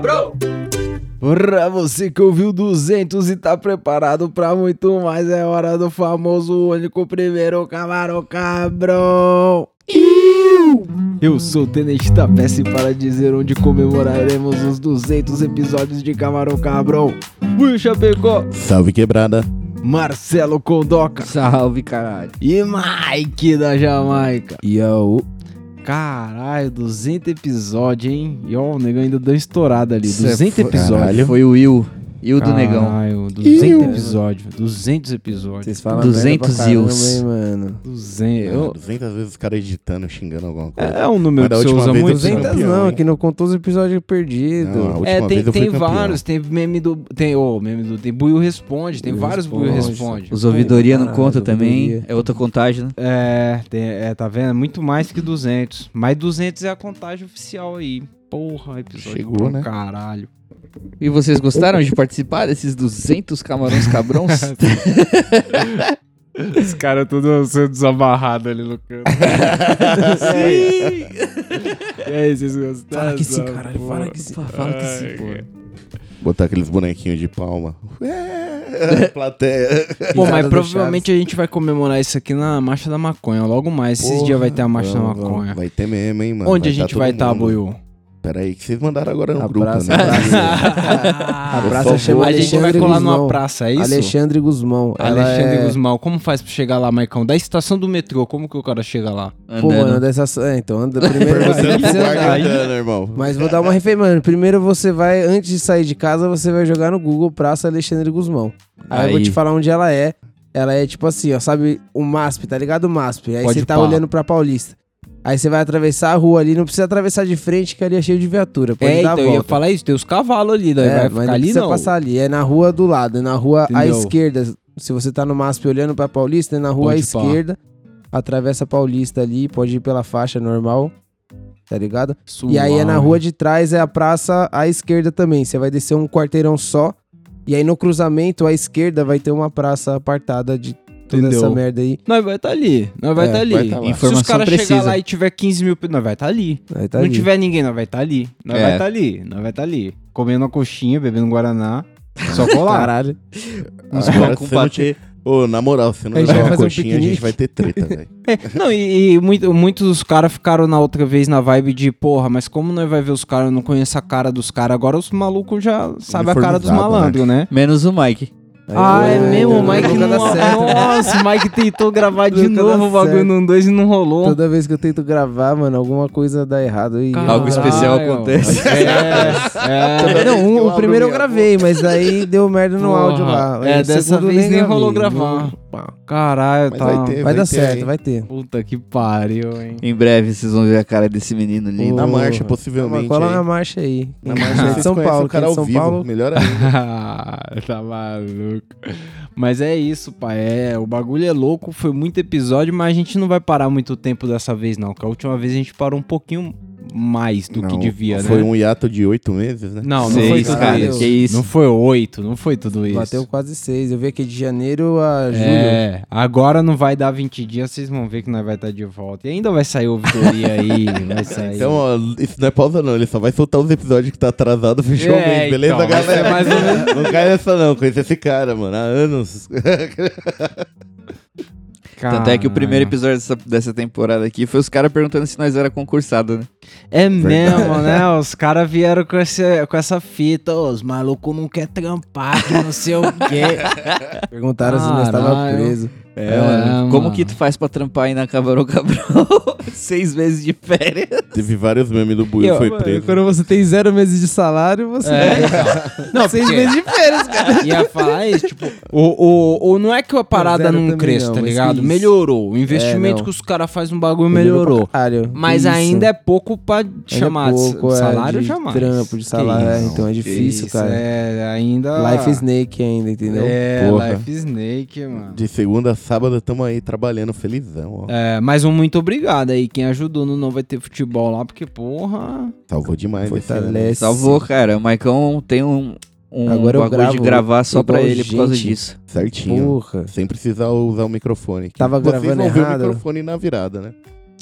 bro! Pra você que ouviu 200 e tá preparado pra muito mais, é hora do famoso único primeiro camarão cabrão. Eu sou o Tenente da Peça e para dizer onde comemoraremos os 200 episódios de Camarão Cabrão. Will Chapecó, Salve quebrada. Marcelo Condoca Salve, caralho. e Mike da Jamaica. E é o Caralho, 200 episódios, hein? E ó, o negão ainda deu estourada ali. Cê é 200 foi- episódios. foi o Will. Will do Negão. Caralho, 200 Iu. episódios. 200 episódios. falam merda 200 pra caramba, views. hein, mano. 200. eu- 200 vezes os caras editando, xingando alguma coisa. É um número É. Mas da que você última usa vez eu muito. fui 200 campeão, hein? não contou os episódios perdidos. Não, a última É, tem, vez eu fui tem campeão. vários. Tem meme do. Tem, ô, meme do. Tem Buiu Responde. Tem Buiu vários Buiu Responde. Responde. Os ouvidoria não Caralho, conta os também. ouvidoria. É outra contagem, né? É, tem- é, tá vendo? É Muito mais que 200. Mas 200 é a contagem oficial aí. Porra, episódio. Chegou, pra um né? Caralho. E vocês gostaram de participar desses 200 camarões cabrões? Os caras todos sendo desamarrados ali no canto. Sim! E aí, vocês gostaram? Fala que sim, dessa caralho. Fala que sim. Fala que sim, pô. Botar aqueles bonequinhos de palma. É, plateia. Pô, Risada mas do provavelmente a gente vai comemorar isso aqui na Marcha da Maconha. Logo mais, esses Porra, dias vai ter a Marcha da vamos, vamos. Maconha. Vai ter mesmo, hein, mano. Onde a gente todo vai tá, estar, mundo. Boiú? Pera aí, que vocês mandaram agora no Abraço, grupo, né? abraço. a Por Ah, praça favor. chama A gente vai Alexandre colar numa Guzmão. praça, é isso? Alexandre Guzmão. Ela Alexandre é... Guzmão, como faz pra chegar lá, Maicão? Da estação do metrô, como que o cara chega lá? Pô, mano, Andando. anda essa... é, então, anda primeiro... Perguntando Aí pro você- guarda aí- andando, irmão. Mas vou dar uma referência, mano. Primeiro você vai, antes de sair de casa, você vai jogar no Google Praça Alexandre Guzmão. Aí, eu vou Aí. te falar onde ela é. Ela é tipo assim, ó, sabe o MASP, tá ligado? O MASP. Aí Pode você tá pá. olhando pra Paulista. Aí você vai atravessar a rua ali, não precisa atravessar de frente, que ali é cheio de viatura. Pode é, dar então a eu ia volta. É, falar isso, tem os cavalos ali, daí vai mas ficar ali precisa não. passar ali. É na rua do lado, é na rua à Entendeu? esquerda. Se você tá no MASP olhando pra Paulista, é na rua à Pode pá. esquerda. Atravessa a Paulista ali, pode ir pela faixa normal, tá ligado? E aí é na Suave. rua de trás, é a praça à esquerda também. Você vai descer um quarteirão só. E aí no cruzamento à esquerda vai ter uma praça apartada de toda Entendeu. essa merda aí. Nós vai estar ali, nós vai É, estar ali. vai tá lá. Se os Informação caras chegar precisa. lá e tiver 15 mil, pe- nós vai estar ali. Aí tá não ali. tiver ninguém, nós vai estar ali. Nós É. vai estar ali, nós vai estar ali. Comendo uma coxinha, bebendo um guaraná, só colar. Caralho. Ah, Uns Agora, um com se não bater. te- Ô, na moral, se não A gente vai jogar fazer um coxinha, a gente piquenique. vai ter treta, velho. É, não, e, e muito- muitos caras ficaram na outra vez na vibe de, porra, mas como nós vai ver os caras, eu não conheço a cara dos caras. Agora os malucos já sabem a cara dos Uniformizado, malandros, né? Menos o Mike. Aí, Ah, é ué, mesmo? O nunca Mike dá não. certo. Nossa, o Mike tentou gravar de Nunca dá novo o bagulho né? certo. num 2 e não rolou. Toda vez que eu tento gravar, mano, alguma coisa dá errado. E... Caralho. Algo especial acontece. É, é. Também Não, que eu um- o abro primeiro eu minha gravei, mas aí deu merda no Porra. áudio lá. É, O dessa segundo vez nem rolou gravei, gravar. não- pá. Caralho, Mas tá. vai ter, Vai dar ter, certo, hein? vai ter. Puta que pariu, hein? Em breve vocês vão ver a cara desse menino lindo. Na Ô, marcha, Mas possivelmente. Cola na aí. marcha aí. Na marcha, É de vocês São conhecem Paulo, o cara que ao é de São vivo, Paulo. Melhor ainda. tá maluco. Mas é isso, pai. É, o bagulho é louco, foi muito episódio, mas a gente não vai parar muito tempo dessa vez, não. Que a última vez a gente parou um pouquinho mais do que Não, devia, né? Foi um hiato de oito meses, né? Não, não foi Seis, tudo cara. isso. Que isso. Não foi oito, não foi tudo isso. Bateu quase seis. Eu vi aqui de janeiro a julho. É, agora não vai dar 20 dias, vocês vão ver que nós vai estar de volta. E ainda vai sair o Vitoria aí, vai sair. Então, ó, isso não é pausa não, ele só vai soltar os episódios que tá atrasado, fechou o É, mês, beleza, então, mas galera? é mais ou menos- Não cai nessa não, conheço esse cara, mano, há anos. Tanto é que o primeiro Caralho. episódio dessa, dessa temporada aqui foi os caras perguntando se nós era concursado, né? É mesmo, né? Os caras vieram com, esse- com essa fita, "Ô, os malucos não quer trampar, que não sei o quê. Perguntaram Ah, se nós tava Caralho. preso. É, mano. Como que tu faz pra trampar aí na Cabarão Cabrão? Seis meses de férias. Teve vários memes do Buio, foi preso. Quando você tem zero meses de salário, você. É. Não, Seis meses é? de férias, cara. Ia falar isso, tipo, ou, ou, ou não é que a parada Zero não também cresce, não, tá mas que ligado? isso. É, Melhorou. O investimento não. que os caras fazem no bagulho melhorou. Caralho. Mas Isso. ainda é pouco pra Ainda chamar é de pouco, é, salário, de jamais. trampo, de Que salário. é, isso. então é Que difícil, isso, cara. É, ainda. Life né? Snake ainda, entendeu? É, Porra. Life Snake, mano. De segunda a sábado, tamo aí trabalhando, felizão, ó. É, mais um muito obrigado aí. Quem ajudou no Não Vai Ter Futebol lá, porque, porra. Salvou demais esse ano. Fortalece. Salvou, cara. O Maicão tem um, um Agora eu bagulho de gravo gravar só pra igual ele por causa gente. disso. Certinho. Porra. Sem precisar usar o microfone. Tava Vocês gravando vão ver o errado? microfone na virada, né?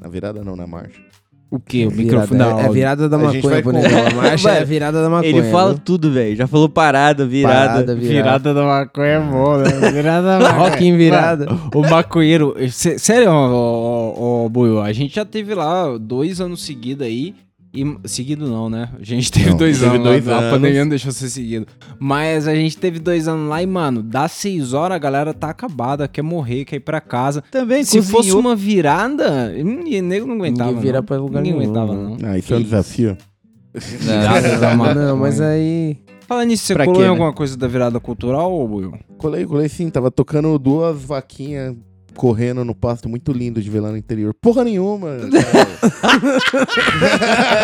Na virada não, na marcha. O quê? O Virada, microfone? Não, é, é virada da A gente maconha, vai bonitão. A marcha é Mano, virada da maconha. Ele fala viu? tudo, velho. Já falou parada, virada. Parada, virada. Virada da maconha é bom, né? Virada da maconha. Rock em virada. O maconheiro. sé- Sério, ô, ô, ô, Buiu, a gente já teve lá dois anos seguidos aí. E, seguido não, né? A gente teve Não, dois teve anos. dois lá, A anos. pandemia não deixou ser seguido. Mas a gente teve dois anos lá e, mano, dá seis horas a galera tá acabada, quer morrer, quer ir pra casa. Também, Se fosse uma... uma virada, ninguém nego não aguentava. Ninguém vira não. pra lugar Ninguém nenhum, aguentava, né? não. Ah, isso é um desafio. Virada da maconha. Não, mas aí. Fala nisso, você Pra colou quê, em né? alguma coisa da virada cultural, ô, Buiu? Colei, colei sim. Tava tocando duas vaquinhas correndo no pasto muito lindo de ver lá no interior. Porra nenhuma. cara.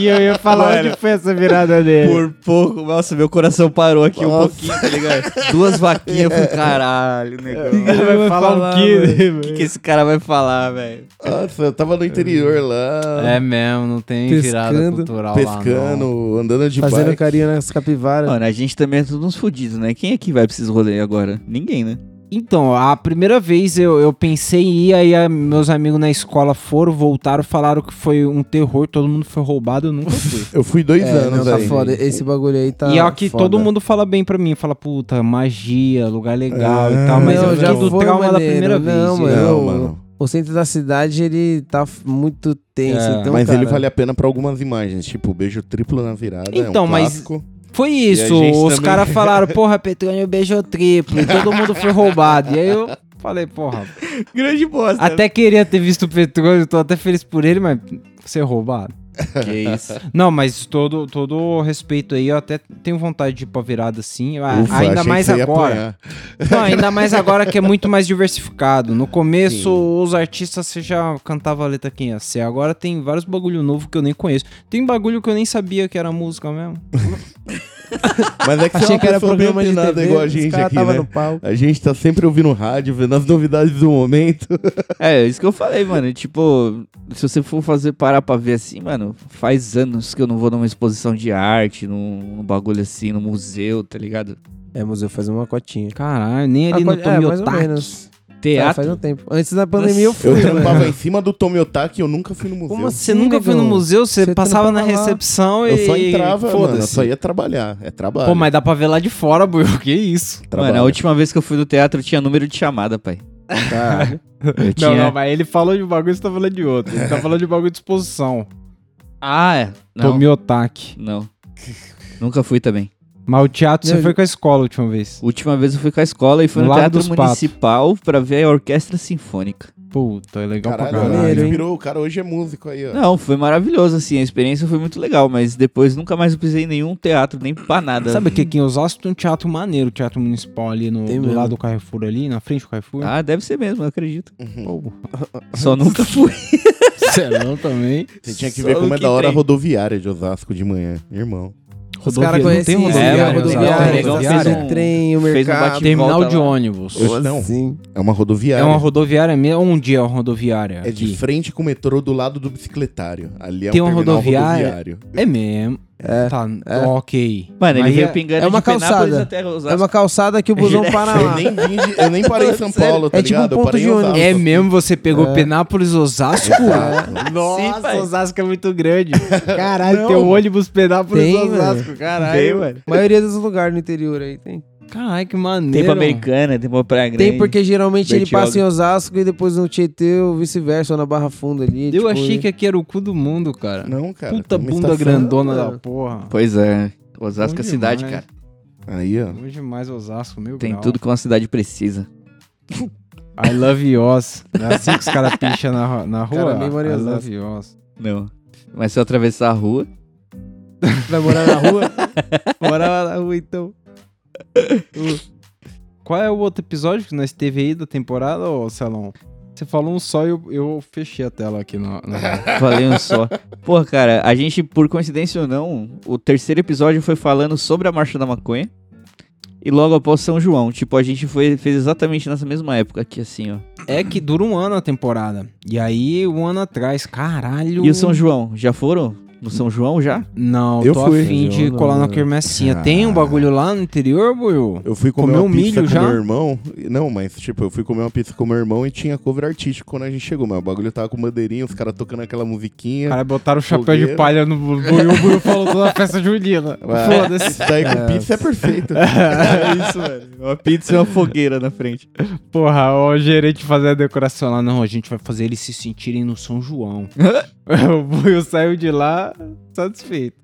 eu ia falar onde foi essa virada dele. Por pouco, nossa, meu coração parou aqui um Nossa. pouquinho, tá ligado? Duas vaquinhas, eu falei, caralho, É. negão. Ele vai falar o quê, né, mano? O que, que esse cara vai falar, velho? Nossa, eu tava no interior lá, É mesmo, não tem Pescando. virada cultural lá, não. pescando, andando de Fazendo bike. carinho nas capivaras. Mano, a gente também é todos uns fudidos, né? Quem é que vai pra esses rolês agora? Ninguém, né? Então, a primeira vez eu, eu pensei em ir, aí a- meus amigos na escola foram, voltaram, falaram que foi um terror, todo mundo foi roubado, eu nunca fui. Eu fui dois É, anos não, tá aí. foda. Esse bagulho aí tá. e é o que foda. todo mundo fala bem pra mim, fala, puta, magia, lugar legal e Ah, tal, mas não, É. eu já fiquei do foi trauma da maneiro, primeira não, vez. eu- mano. Não, Eu- mano. O centro da cidade, ele tá f- muito tenso. É. então, mas cara, ele vale a pena pra algumas imagens, tipo beijo triplo na virada. é Então, um mas- clássico. Foi E isso, a gente os também- caras falaram, porra, Petrônio beijou triplo, e todo mundo foi roubado. E aí eu falei, porra, Grande bosta. até queria ter visto o Petrônio, tô até feliz por ele, mas ser roubado. Ah, Que isso. Não, mas todo, todo o respeito aí, eu até tenho vontade de ir pra virada assim. a- Ufa, achei ainda que mais você ia agora. apanhar. Não, ainda mais agora que é muito mais diversificado. No começo, Sim. os artistas você já cantava a letra quem ia ser. Agora tem vários bagulho novo que eu nem conheço. Tem bagulho que eu nem sabia que era música mesmo. Mas é que você é Achei uma que era pessoa bem programa de antenada TV, igual a os gente cara aqui, tava né? no pau. A gente tá sempre ouvindo rádio, vendo as novidades do momento. É, isso que eu falei, mano. Tipo, se você for fazer parar pra ver assim, mano, faz anos que eu não vou numa exposição de arte, num, num bagulho assim, num museu, tá ligado? É, museu, faz uma cotinha. Caralho, nem ali Ah, no co- é, mais ou Tomiotaki. menos. É, faz Teatro. um tempo. Antes da pandemia eu Nossa, fui. Eu mano. trampava em cima do Tomiotaki e eu nunca fui no museu. Como assim? Você nunca foi no negão? museu, você, Você passava na trampa lá. recepção Eu e. só entrava, mano, eu Foda-se. só ia trabalhar. É trabalho. é Pô, mas dá pra ver lá de fora, Buiu. Que isso? trabalho. Mano, é a última vez que eu fui no teatro eu tinha número de chamada, pai. Caralho. Eu tinha... mas ele falou de um bagulho, você tá falando de outro. Ele tá falando de bagulho de exposição. Ah, é. Não. Tomiotaque. Não. Nunca fui também. Mas o teatro Não, você foi com a escola a última vez. Última vez eu fui com a escola e fui no Lago Teatro dos Patos. Municipal pra ver a Orquestra Sinfônica. Puta, é legal Caralho, pra caralho. mano, Maneiro, hein? virou, o cara hoje é músico aí, ó. Não, foi maravilhoso, assim. A experiência foi muito legal, mas depois nunca mais eu pisei em nenhum teatro, nem pra nada. Sabe o que aqui em Osasco tem um teatro maneiro, o teatro municipal ali no, Tem do mesmo. lado do Carrefour ali, na frente do Carrefour. Ah, deve ser mesmo, eu acredito. Pô, Só nunca fui. Serão é também. Você tinha que Só ver como o é que da hora a tem. rodoviária de Osasco de manhã, irmão. Os caras Rodovia- não tem rodoviária, conheciam é, né? rodoviária, Legal, rodoviária, fez um- o trem, o fez um mercado. bate- Terminal volta de lá. ônibus. Eu- não. Sim. É uma rodoviária. É uma rodoviária mesmo? Onde é a rodoviária? É de Aqui. frente com o metrô do lado do bicicletário. Ali é Tem um uma terminal rodoviária? rodoviário. É mesmo. Tá, ok. Mano, ele Mas veio é- pingando é uma de Penápolis calçada. até É Osasco. uma calçada que o busão para Eu lá. nem, vim de- eu nem parei em São Paulo, tá Ah. É tipo um ligado? eu ponto parei em de ônibus. Osasco. É mesmo? Você pegou Penápolis Osasco? Exato. Nossa, Osasco é muito grande. Caralho, tem um ônibus Penápolis Tem, Osasco, Caralho, mano. A maioria dos lugares no interior aí tem. Caralho, que maneiro. Tem pra Americana, tem pra Praia Grande. Tem porque geralmente ele Bertioga. passa em Osasco e depois no Tietê ou vice-versa, ou na Barra Funda ali. tipo, Eu achei que aqui era o cu do mundo, cara. Não, cara. Puta tem uma bunda estação- grandona da mano. porra. Pois é. Osasco é Bom cidade, demais. cara. Aí, ó. Hoje mais Osasco, meu Tem grau. tudo que uma cidade precisa. I love Oz. Não é assim que os caras picham na, ro- na Cara, rua? nem mora em I Osasco. love Oz. Não. Mas se eu atravessar a rua. Vai morar na rua? Morava na rua então. Qual é o outro episódio que nós teve aí da temporada, ô Celão? Você falou um só e eu, eu fechei a tela aqui na... na... Falei um só. Porra, cara, a gente, por coincidência ou não, o terceiro episódio foi falando sobre a Marcha da Maconha. E logo após São João. Tipo, a gente foi, fez exatamente nessa mesma época aqui, assim, ó. é que dura um ano a temporada. E aí, um ano atrás, caralho... E o São João, já foram? no São João já? Não, Eu tô fui. afim de Jogo, colar na né? quermessinha. Tem um bagulho lá no interior, Buiu? Eu fui comer Comeu uma milho pizza com já? meu irmão. Não, mas tipo, eu fui comer uma pizza com meu irmão e tinha cover artístico quando a gente chegou. Mas o bagulho tava com bandeirinha, os caras tocando aquela musiquinha. Cara, botaram o chapéu de Fogueira. palha no Buiu, o Buiu falou toda a festa junina. Ah, Foda-se. Isso daí com pizza é perfeito. É isso, velho. Uma pizza e uma fogueira na frente. Porra, o gerente fazer a decoração lá. Não, a gente vai fazer eles se sentirem no São João. o Buiu saiu de lá satisfeito.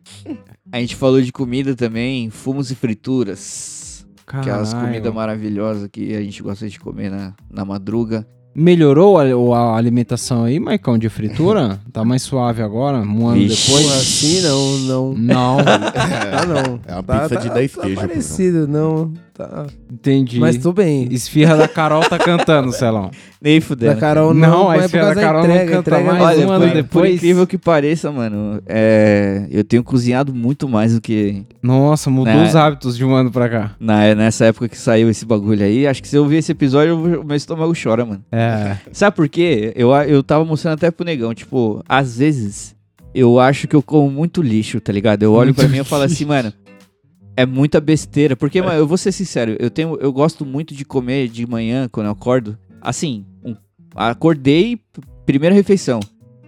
A gente falou de comida também, fumos e frituras. Aquelas Caralho. comidas maravilhosas que a gente gosta de comer na, na madruga. Melhorou a, a alimentação aí, Maicão, de fritura? tá mais suave agora, um ano Vixe. Pô, depois? assim não, não. Não, Tá não. É uma Tá- pizza tá- de 10 queijos. tá por exemplo. Parecido, não. Tá. entendi. Mas tô bem. Esfirra da Carol tá cantando, Celão. Nem Da fudendo. Carol não, Não, a mas esfera da Carol não entrega, canta entrega mais, mais Olha, um um ano por, depois. por incrível que pareça, mano, é, eu tenho cozinhado muito mais do que Nossa, mudou É. os hábitos de um ano pra cá. na, nessa época que saiu esse bagulho aí. Acho que se eu ouvir esse episódio, o meu estômago chora, mano. É. Sabe por quê? Eu, eu tava mostrando até pro negão, tipo, às vezes eu acho que eu como muito lixo, tá ligado? Eu olho Muito pra mim e falo assim, mano, é muita besteira. Porque, mano, eu vou ser sincero, eu, tenho, eu gosto muito de comer de manhã quando eu acordo. Assim, um- acordei, p- primeira refeição.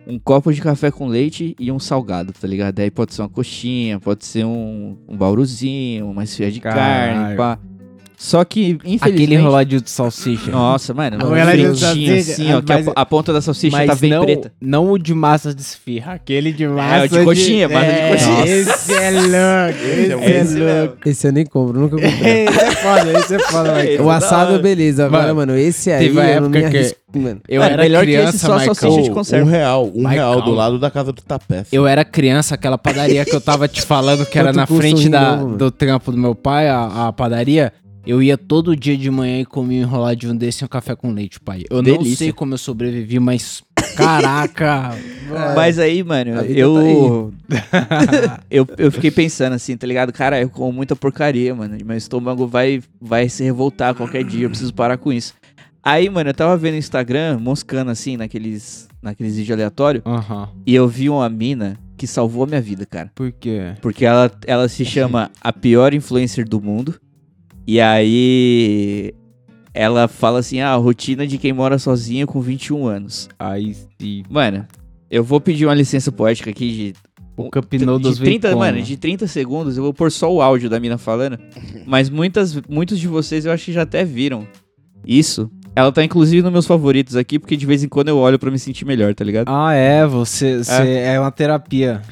Um copo de café com leite e um salgado, tá ligado? Aí pode ser uma coxinha, pode ser um, um bauruzinho, uma esfirra de carne, Caralho. pá. Só que, infelizmente... Aquele roladinho de salsicha. Nossa, mano. Não, um ela fritinho já dizia, assim, ó, que mas- a, po- a ponta da salsicha Mas tá bem não, preta. É, não o de massa de esfirra, aquele de massa o de coxinha, massa de coxinha. Esse é louco, Esse é um- esse é louco. Esse eu nem compro, nunca comprei. Esse é foda, esse é foda, Maicon. Esse é o da assado, hora. beleza. Agora, Mano, mano, esse aí teve uma eu não me época que- arrisco, mano. Eu É, era melhor que esse criança, só Maicão. salsicha de conserva. Um real, um Vai, real do calma. lado da casa do Tapete. Eu era criança, aquela padaria que eu tava te falando que era Quanto na custa frente um da, novo, mano? do trampo do meu pai, a, a padaria. Eu ia todo dia de manhã e comia um enroladinho desse e um café com leite, pai. Eu não Delícia. sei como eu sobrevivi, mas. Caraca! Mas aí, mano, É. A vida eu... eu. Eu fiquei pensando assim, tá ligado? Cara, eu como muita porcaria, mano. Meu estômago vai, vai se revoltar qualquer dia. Eu preciso parar com isso. Aí, mano, eu tava vendo o Instagram, moscando assim, naqueles, naqueles vídeos aleatórios. Aham. E eu vi uma mina que salvou a minha vida, cara. Por quê? Porque ela, ela se chama a pior influencer do mundo. E aí. Ela fala assim: ah, rotina de quem mora sozinha com 21 anos. Aí sim. Mano, eu vou pedir uma licença poética aqui de. O Campinô dos Um um, de 30, Veicomas. Mano, de 30 segundos eu vou pôr só o áudio da mina falando. Mas muitas, muitos de vocês eu acho que já até viram isso. Ela tá inclusive nos meus favoritos aqui, porque de vez em quando eu olho pra me sentir melhor, tá ligado? Ah, é, você, você é. uma terapia.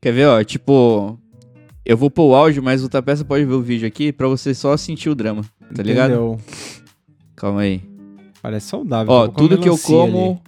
Quer ver, ó? Tipo, eu vou pôr o áudio, mas o Tapeça pode ver o vídeo aqui pra você só sentir o drama, tá ligado? Entendeu? Calma aí. Parece saudável. Ó, Vou comer tudo que eu melancia como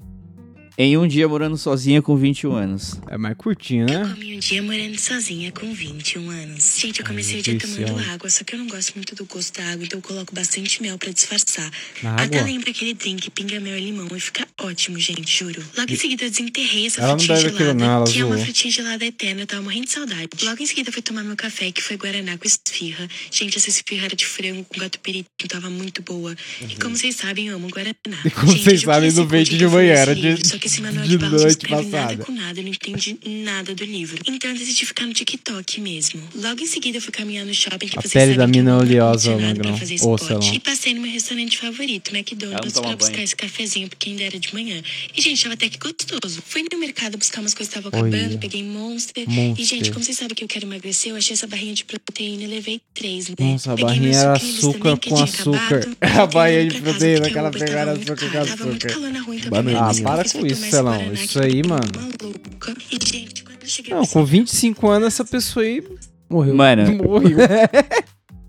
em um dia morando sozinha com 21 anos. ali. É mais curtinho, né? Comi um dia morando sozinha com 21 anos. Gente, eu comecei o dia Delícia, tomando ó. água, só que eu não gosto muito do gosto da água, então eu coloco bastante mel pra disfarçar. Na Até água. lembra aquele drink, pinga mel e limão, e fica ótimo, gente, juro. Logo em seguida eu desenterrei essa Ela não frutinha bebe aquilo, gelada, não, ela que é uma zoou. frutinha gelada eterna, eu tava morrendo de saudade. Logo em seguida eu fui tomar meu café, que foi guaraná com esfirra. Gente, essa esfirra era de frango com gato perito, tava muito boa. E como vocês sabem, eu amo guaraná. E Uhum. como vocês sabem, não veio de manhã, era de- Só que esse manual de de, de não noite escreve nada passada. com nada, eu não entendi nada do livro. Então eu decidi ficar no TikTok mesmo. Logo em seguida eu fui caminhar no shopping que A vocês pele sabem da que eu mina é amo oleosa, ar-condicionado Magrão. pra fazer Ô, esporte. Celão. E passei no meu restaurante favorito, Ela McDonald's, não pra toma buscar banho. esse cafezinho, porque ainda era de manhã. E, gente, tava até que gostoso. Fui no mercado buscar umas coisas que estavam Olha. acabando, peguei Monster. Monster. E, gente, como vocês sabem que eu quero emagrecer, eu achei essa barrinha de proteína e levei três, né? Nossa, a Peguei barrinha meus era sucrilhos também, açúcar que com tinha açúcar. acabado. A Voltei barrinha indo de pra proteína, casa porque aquela o Uber pegada tava muito açúcar com caro, tava muito açúcar. calor na rua, então eu Banana. peguei Ah, esse para né, café, com fui isso, tomar esse Celão. Guaraná, Isso que aí, eu tô mano. maluca. E, gente, quando eu cheguei Não, nesse com 25 anos essa pessoa aí Morreu. Mano, morreu.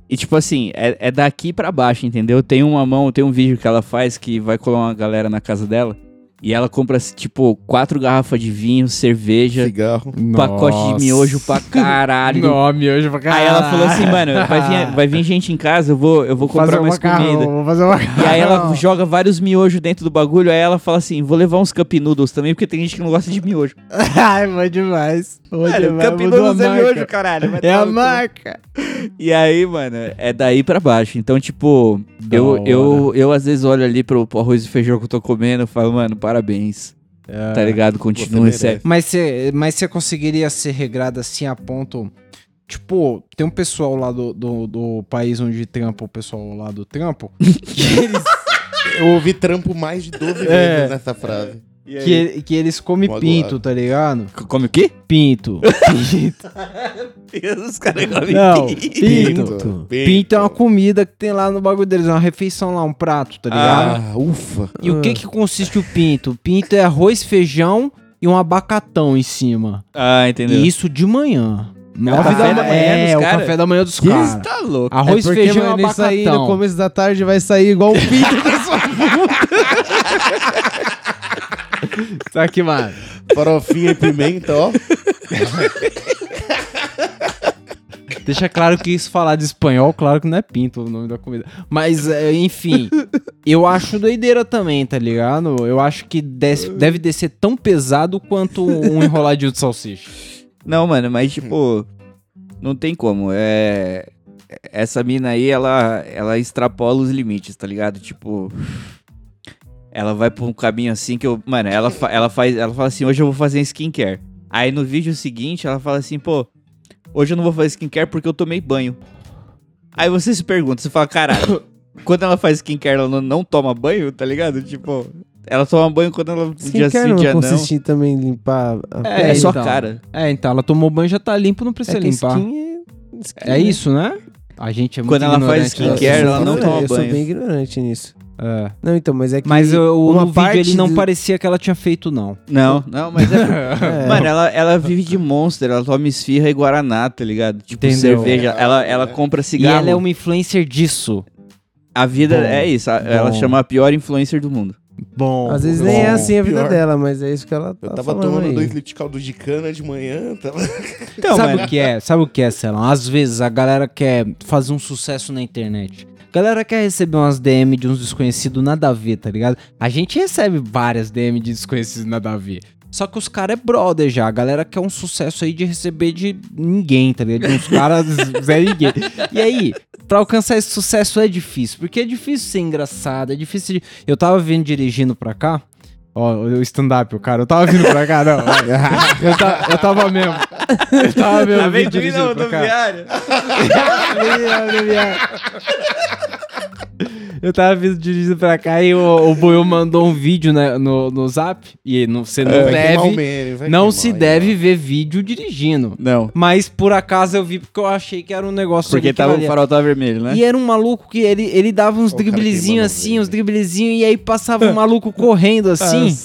e tipo assim, é, é daqui pra baixo, entendeu? Tem uma mão, tem um vídeo que ela faz que vai colar uma galera na casa dela. E ela compra, tipo, quatro garrafas de vinho, cerveja, Cigarro. pacote de miojo pra caralho. Não, miojo pra caralho. Aí ela falou assim, mano, vai vir, vai vir gente em casa, eu vou, eu vou Vou fazer comprar um mais macarrão, comida. Vou fazer um macarrão. E aí ela joga vários miojos dentro do bagulho, aí ela fala assim, vou levar uns cup noodles também, porque tem gente que não gosta de miojo. Ai, bom demais. Bom demais. cup mudou a noodles é miojo, marca. caralho. vai É tomar a no cu. marca. E aí, mano, é daí pra baixo. Então, tipo, Da eu, hora. eu, eu às vezes olho ali pro pro arroz e feijão que eu tô comendo e falo, mano, parabéns. É. tá ligado? Continua merece. esse. Mas você mas cê conseguiria ser regrado assim a ponto. Tipo, tem um pessoal lá do, do, do país onde trampa o pessoal lá do trampo. que, eles, Eu ouvi trampo mais de 12 É. vezes nessa frase. que, que eles comem Magoado. pinto, tá ligado? C- Come o quê? Pinto. Pinto. Os caras comem Não, Pinto. pinto. Pinto é uma comida que tem lá no bagulho deles, é uma refeição lá, um prato, tá ligado? Ah, ufa. E o que que consiste o pinto? O pinto é arroz, feijão e um abacatão em cima. Ah, entendeu? E isso de manhã. Nove café da manhã É, dos o cara? café da manhã dos caras. É Você tá louco. Arroz, É porque, feijão mano, e isso então. aí abacatão. no começo da tarde vai sair igual o pinto. Isso Tá aqui, mano. Farofinha e pimenta, ó. Deixa claro que isso falar de espanhol, claro que não é pinto o nome da comida. Mas, é, enfim, eu acho doideira também, tá ligado? Eu acho que desce- deve descer tão pesado quanto um enroladinho de salsicha. Não, mano, mas tipo. Não tem como. É. Essa mina aí, ela, ela extrapola os limites, tá ligado? Tipo. Ela vai pra um caminho assim que eu. Mano, ela, fa- ela faz. Ela fala assim, hoje eu vou fazer skincare. Aí no vídeo seguinte ela fala assim, pô, hoje eu não vou fazer skincare porque eu tomei banho. Aí você se pergunta, você fala, caralho, quando ela faz skincare, ela não, não toma banho, tá ligado? Tipo, ela toma banho quando ela um dia sim, dia não. também limpar a É, é só a então. cara. É, então, ela tomou banho já tá limpo, não precisa limpar. É isso, né? A gente é muito Quando ela faz ignorante dessas skincare, ela não coisas. toma banho. ignorante nisso. É. Não, então, mas é Mas eu, uma no vídeo ele parte não do- parecia que ela tinha feito, não. Não, não, mas é. Mano, ela, ela vive de monster, ela toma esfirra e guaraná, tá ligado? Tipo, Entendeu. cerveja, ela, ela compra cigarro. E ela é uma influencer disso. A vida Bom, é isso, a- ela bom. chama a pior influencer do mundo. Bom. Às vezes nem é Bom, assim a vida pior. dela, mas é isso que ela tá Eu tava falando tomando aí. dois litros de caldo de cana de manhã. Tava... Então, sabe mano, o que é? Sabe o que é, Celão? Às vezes a galera quer fazer um sucesso na internet. A galera quer receber umas DM de uns desconhecidos nada a ver, tá ligado? A gente recebe várias DM de desconhecidos nada a ver. Só que os caras é brother já. A galera quer um sucesso aí de receber de ninguém, tá ligado? De uns caras Zé ninguém. E aí, pra alcançar esse sucesso é difícil. Porque é difícil ser engraçado, é difícil. De... Eu tava vindo dirigindo pra cá. Ó, o stand-up, o cara. Eu tava vindo pra cá, não. Eu, ta- eu tava mesmo. Eu tava Tá mesmo. vindo dirigindo Tá pra cá. Eu tava vindo dirigindo pra cá e o, o Buiu mandou um vídeo né, no, no zap. E não, você não É. Vai queimar o É. deve. meme, vai Não queimar, se hein, deve ver vídeo dirigindo. Não, Mas por acaso eu vi porque eu achei que era um negócio ali porque que tava, o valia. farol tava vermelho, né? E era um maluco que ele, ele dava uns O cara que driblezinhos mandou assim, ver, uns né? driblezinhos, e aí passava um maluco correndo assim.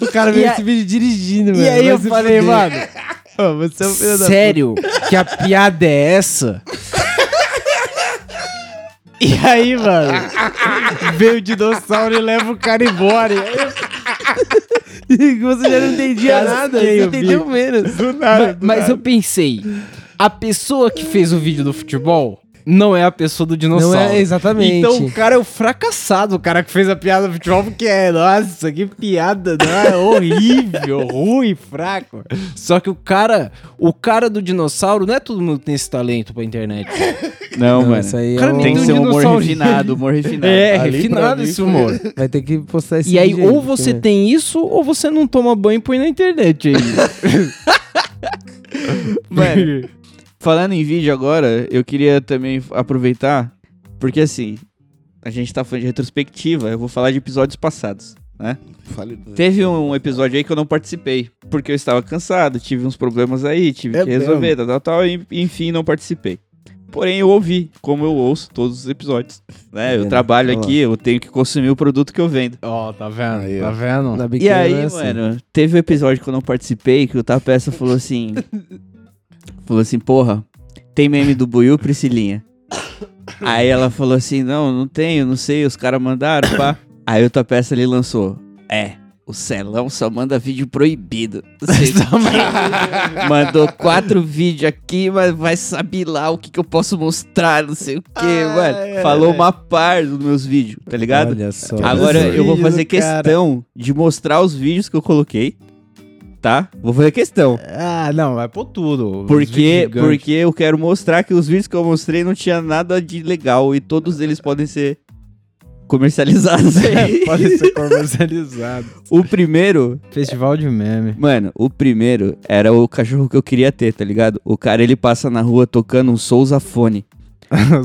O cara E veio a- esse vídeo dirigindo, E velho. aí Vai eu se falei, fuder. mano, Ô, você é Então, um filho da sério que a piada é essa? E aí, mano, veio o dinossauro e leva o cara embora. puta. Você já não entendia nada, Casquei você o entendeu menos. Ma- Mas eu pensei, a pessoa que fez o vídeo do futebol não é a pessoa do Não dinossauro. é exatamente. Então o cara é o fracassado, o cara que fez a piada do futebol, porque é, nossa, que piada, não, é horrível, ruim, fraco. Só que o cara, o cara do dinossauro, não é todo mundo que tem esse talento pra internet. Não, Não, mano. isso aí é Cara, um- Tem que ser um humor dinossauro. refinado, humor refinado. É, Ali pra refinado mim esse né? foi- humor. Vai ter que postar esse E aí, vídeo ou você porque- tem isso, ou você não toma banho e põe na internet aí. Mano, falando em vídeo agora, eu queria também aproveitar, porque assim, a gente tá falando de retrospectiva, eu vou falar de episódios passados, né? Fale- Teve um episódio aí que eu não participei, porque eu estava cansado, tive uns problemas aí, tive É que resolver, tal, tal, tal, e enfim, não participei. Porém, eu ouvi, como eu ouço todos os episódios, né? Eu vendo? trabalho Olha É tá lá. aqui, eu tenho que consumir o produto que eu vendo. Ó, tá vendo? Aí, ó. tá vendo? Na E biqueira, aí, né, assim. mano, teve um episódio que eu não participei, que o Tapeça falou assim... falou assim, porra, tem meme do Buiu, Priscilinha? Aí ela falou assim, não, não tenho, não sei, os caras mandaram, pá. Aí o Tapeça ali lançou, é... O Celão só manda vídeo proibido. Vocês Mandou quatro vídeos aqui, mas vai saber lá o que, que eu posso mostrar, não sei o que, mano. Falou uma par dos meus vídeos, tá ligado? Olha só. Agora Olha só. eu vou Vídeo do fazer cara. questão de mostrar os vídeos que eu coloquei, tá? Vou fazer questão. Ah, não, vai pôr tudo. Os Porque, vídeos gigantes. porque eu quero mostrar que os vídeos que eu mostrei não tinha nada de legal e todos eles podem ser comercializados aí. É, Pode ser comercializado. o primeiro, Festival de meme. mano, o primeiro era o cachorro que eu queria ter, tá ligado? O cara, ele passa na rua tocando um sousafone.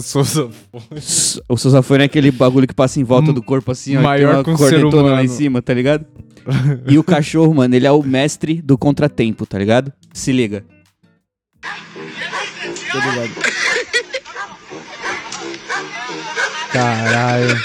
Souza S- O sousafone é aquele bagulho que passa em volta M- do corpo assim, ó. maior tem uma que um ser cornetona lá em humano. cima, tá ligado? E o cachorro, mano, ele é o mestre do contratempo, tá ligado? Se liga. Caralho.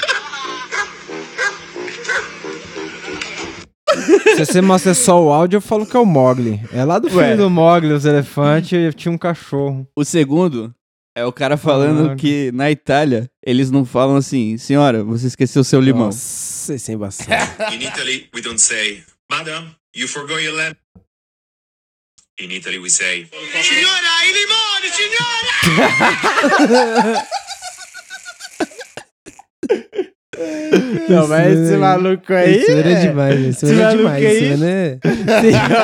Se você mostra só o áudio, eu falo que é o Mogli. É lá do filme Ué. do Mogli, os elefantes, e tinha um cachorro. O segundo é o cara falando Caralho. que na Itália eles não falam assim, senhora, você esqueceu seu limão. Nossa, sem bastante. In Italy, we don't say, Madam, you forgot your lemon. In Italy, we say, Signora, i limoni, signora! Não, mas esse maluco aí. Esse mano é demais, esse mano é maluco demais. aí- Esse mano é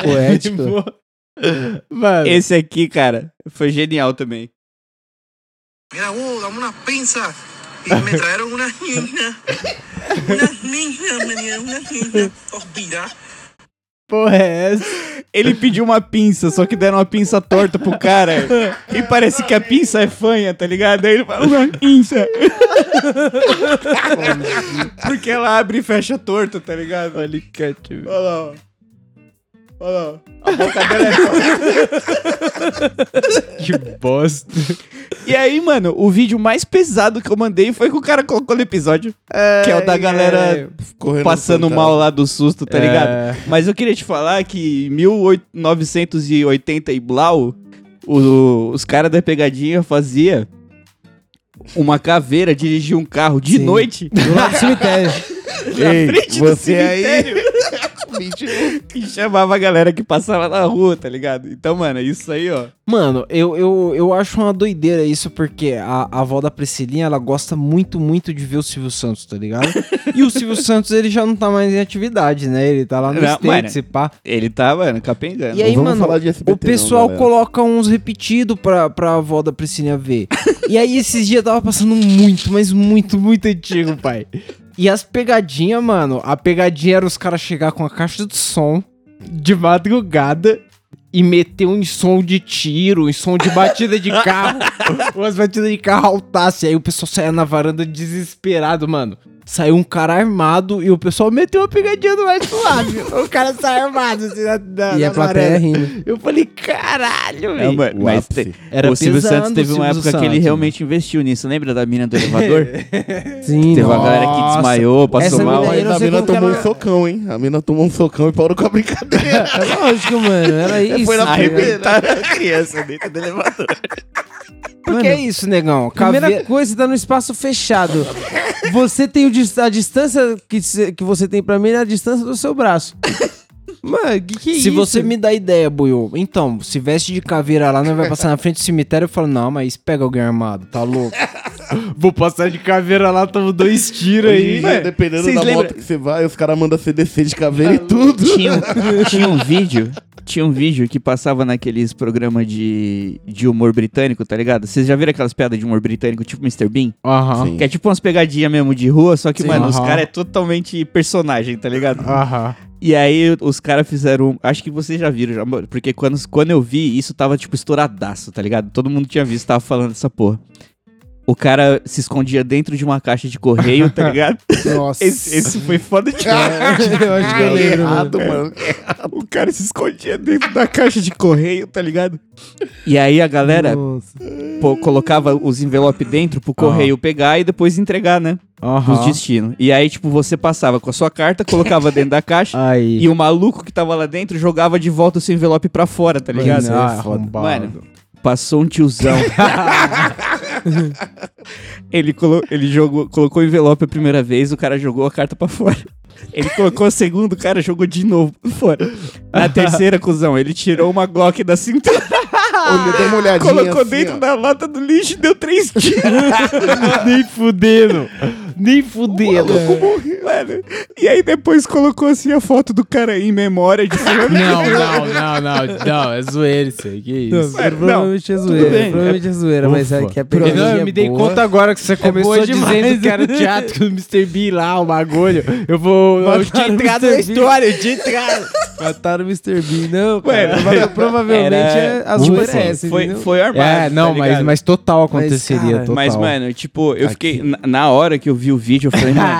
é poético. É. Mano, Esse aqui, cara, foi genial também. Mira vos, dame una pinza. Y me trajeron unas niñas. Unas niñas, me dieron unas niñas. Ospira. porra é essa? Ele pediu uma pinça, só que deram uma pinça torta pro cara. E parece que a pinça é fanha, tá ligado? Aí ele fala, uma pinça. Porque ela abre e fecha torta, tá ligado? Olha lá, ó. Olha lá, ó. é Que bosta. E aí, mano, o vídeo mais pesado que eu mandei foi que o cara colocou no episódio. que é o da galera Correndo no passando fantasma. mal lá do susto, tá É. ligado? Mas eu queria te falar que em 1980 e blau, o- os caras da pegadinha fazia uma caveira dirigir um carro de Sim. noite Do lado do cemitério. na Ei, frente do você aí. cemitério e chamava a galera que passava na rua, tá ligado? Então, mano, isso aí, ó. Mano, eu, eu, eu acho uma doideira isso, porque a, a avó da Priscilinha, ela gosta muito, muito de ver o Silvio Santos, tá ligado? e o Silvio Santos, ele já não tá mais em atividade, né? Ele tá lá no Não, mano. States e pá. Ele tá, mano, capengando. E aí, vamos mano, falar de SBT o pessoal não, galera. coloca uns repetidos pra, pra avó da Priscilinha ver. e aí, esses dias tava passando muito, mas muito, muito antigo, pai. E as pegadinhas, mano, a pegadinha era os caras chegar com a caixa de som de madrugada e meter um som de tiro, um som de batida de carro, umas batidas de carro altasse. Aí o pessoal saia na varanda desesperado, mano. Saiu um cara armado e o pessoal meteu uma pegadinha no mais suave. o cara sai armado assim na, na, E na a plateia varanda. rindo. Eu falei, caralho, É, velho. mano, O mas ápice. te- Era o Silvio pesado Santos teve o uma Silvio época que ele Santos, realmente investiu nisso. Lembra da mina do elevador? Sim, Teve uma nossa. galera que desmaiou, passou Essa mal. mina aí Mas eu não a sei mina como que tomou um ela- socão, hein? A mina tomou um socão e parou com a brincadeira. É lógico, mano. Era isso. foi na tá né? ligado? primeira. Porque é isso, negão. Primeira Caveira... coisa, você tá num espaço fechado. Você tem o dis- a distância que, cê- que você tem pra mim é a distância do seu braço. Mano, que que é se isso? você me dá ideia, Buiu, então, se veste de caveira lá, não vai passar na frente do cemitério, eu falo, não, mas pega alguém armado, tá louco? Vou passar de caveira lá, tomo dois tiros Hoje em dia, Dependendo né? Vocês da lembram- Tá moto que você vai, os caras mandam CDC de caveira e tudo. tinha, um- tinha um vídeo. Tinha um vídeo que passava naqueles programas de, de humor britânico, tá ligado? Vocês já viram aquelas piadas de humor britânico, tipo Mr. Bean? Aham, Sim. Que é tipo umas pegadinhas mesmo de rua, só que, Sim. mano, os Aham. caras é totalmente personagem, tá ligado? aham. E aí os caras fizeram. um- Acho que vocês já viram, já, mano, porque quando, quando eu vi, isso tava tipo estouradaço, tá ligado? Todo mundo tinha visto, tava falando dessa porra. O cara se escondia dentro de uma caixa de correio, tá ligado? Nossa. Esse, esse foi foda de é eu acho que eu lembro. mano. É. Errado, mano. O cara se escondia dentro da caixa de correio, tá ligado? E aí a galera Nossa. pô, colocava os envelopes dentro pro correio pegar e depois entregar, né? Pros Aham. destinos. E aí, tipo, você passava com a sua carta, colocava dentro da Ah, caixa Aí. e o maluco que tava lá dentro jogava de volta o seu envelope pra fora, tá ligado? é Mano, ah, arrombado. Mano, passou um tiozão. ele colo- ele jogou, colocou o envelope a primeira vez, o cara jogou a carta pra fora. Ele colocou a segunda, o cara jogou de novo pra fora. Na terceira, cuzão, ele tirou uma Glock da cintura. Olha, deu uma olhadinha Colocou assim, dentro ó. É. da lata do lixo e deu 3 quilos, Nem fudendo. Nem fudendo. mano. E aí depois colocou assim a foto do cara em memória Ah, de fulano. Não, não, não, não. Não, é zoeira isso aí. Que isso? Ué, não, provavelmente é zoeira. bem. Provavelmente é zoeira, mas é que a E pegadinha não, eu é me dei boa. conta agora que você começou boa demais. dizendo que era o teatro do Mr. B lá, o bagulho. Eu vou. Eu tinha Mataram o entrado na Mr. B. história, eu tinha entrado. Mataram o Mr. Bean. Não, Ué, cara. prova- provavelmente é, a tipo zoeira assim, é essa, foi, entendeu? foi armado. É, não, tá mas, ligado? mas total aconteceria. cara, total. Mas, mano, tipo, eu fiquei. Na, na hora que eu vi o vídeo, eu falei, mano.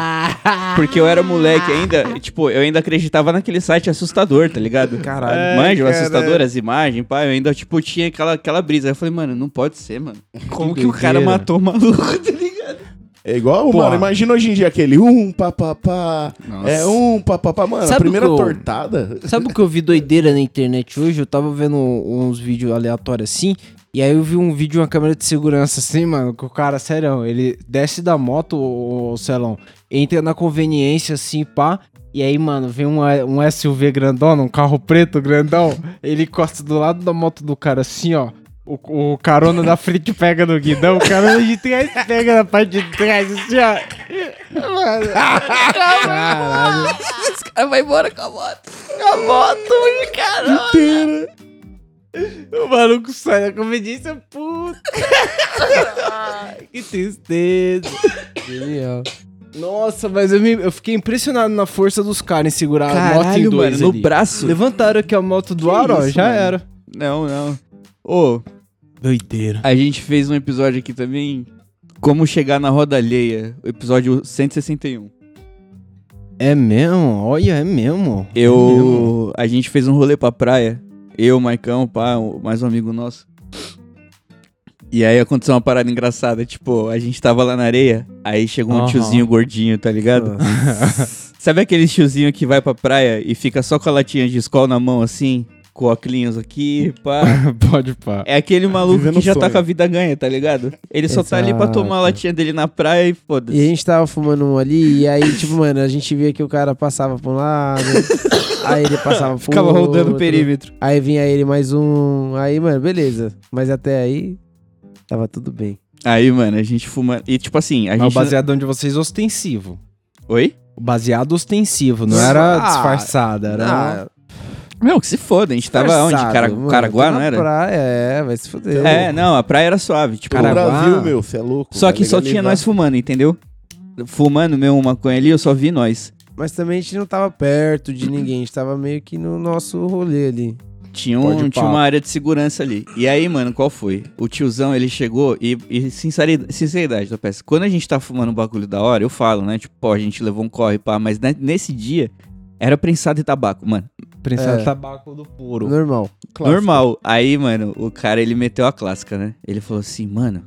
Porque eu era moleque ainda, tipo, eu ainda acreditava naquele site assustador, tá ligado? Caralho. Manja, o assustador, as imagens, pá, eu ainda, tipo, tinha aquela, aquela brisa. Aí eu falei, mano, não pode ser, mano. Como que, o cara doideira. matou o maluco, tá ligado? É igual, mano, imagina hoje em dia aquele um papapá, é um papapá. Mano, Sabe a o primeira que eu- tortada... Sabe o que eu vi doideira na internet hoje? Eu tava vendo uns vídeos aleatórios assim. E aí eu vi um vídeo de uma câmera de segurança assim, mano, que o cara, sério, ele desce da moto, o, Celão, entra na conveniência assim, pá. E aí, mano, vem um, um SUV grandão, um carro preto grandão. Ele encosta do lado da moto do cara assim, ó. O, o carona da frente pega no guidão, o carona de trás pega na parte de trás, assim, ó. O maluco sai da conveniência, puta. que tristeza. Genial. Nossa, mas eu, me- eu fiquei impressionado na força dos caras em segurar a moto em dois mano, no ali. braço. Levantaram aqui a moto do ar, ó, isso, já é? mano? era. Não, não. Ô, Doideira. a gente fez um episódio aqui também. Como chegar na roda alheia, o episódio 161. É mesmo? Olha, é mesmo. Eu. A gente fez um rolê pra praia. Eu, Maicão, pá, o- mais um amigo nosso. E aí aconteceu uma parada engraçada. Tipo, a gente tava lá na areia, aí chegou um Aham. tiozinho gordinho, tá ligado? Sabe aquele tiozinho que vai pra praia e fica só com a latinha de escola na mão, assim? Com óculos aqui, pá. Pode pá. É aquele maluco Vivendo que já tá sonho. com a vida ganha, tá ligado? Ele só tá ali pra tomar a Exato. latinha dele na praia e E a foda-se. gente tava fumando um ali, e aí, tipo, mano, a gente via que o cara passava pra um lado, aí ele passava pro Ficava rodando o outro, perímetro. Aí vinha ele mais um, aí, mano, beleza. Mas até aí, tava tudo bem. Aí, mano, a gente fuma. E tipo assim, a Mas o gente. baseadão de vocês ostensivo. Oi? O baseado ostensivo, não era Ah, disfarçada, era. um- Não, que se foda, a gente tava onde? Cara, Mano, Caraguá, tá na não era? Praia, é, vai se fuder. É, não, a praia era suave, tipo, Cara, Caraguá. Brasil, meu, você é louco. só vai que só tinha legalizar. nós fumando, entendeu? Fumando meu maconha ali, eu só vi nós. Mas também a gente não tava perto de ninguém, a gente tava meio que no nosso rolê ali. Tinha, um, Pode tinha pá. uma área de segurança ali. E aí, mano, qual foi? O tiozão, ele chegou e, e sinceridade, sinceridade, eu peço. Quando a gente tá fumando um bagulho da hora, eu falo, né? Tipo, pô, a gente levou um corre, pá. Mas ne- nesse dia, era prensado e tabaco, mano. Prensado É. tabaco do puro. Normal. Normal. Aí, mano, o cara, ele meteu a clássica, né? Ele falou assim, mano,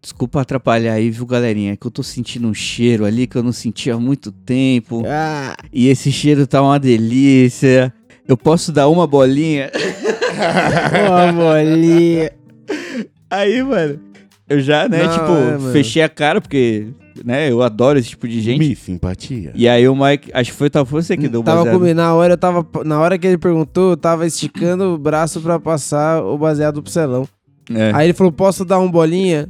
desculpa atrapalhar aí, viu, galerinha? É que eu tô sentindo um cheiro ali que eu não sentia há muito tempo. Ah, E esse cheiro tá uma delícia. Eu posso dar uma bolinha? uma bolinha. Aí, mano, eu já, né, Não, tipo, é, mano. fechei a cara, porque, né, eu adoro esse tipo de gente. Me simpatia. E aí o Mike, acho que foi, tá, foi você que deu o Hum, Tava baseado. comendo, na hora eu tava, na hora que ele perguntou, eu tava esticando o braço pra passar o baseado pro Celão. É. Aí ele falou, posso dar um bolinha?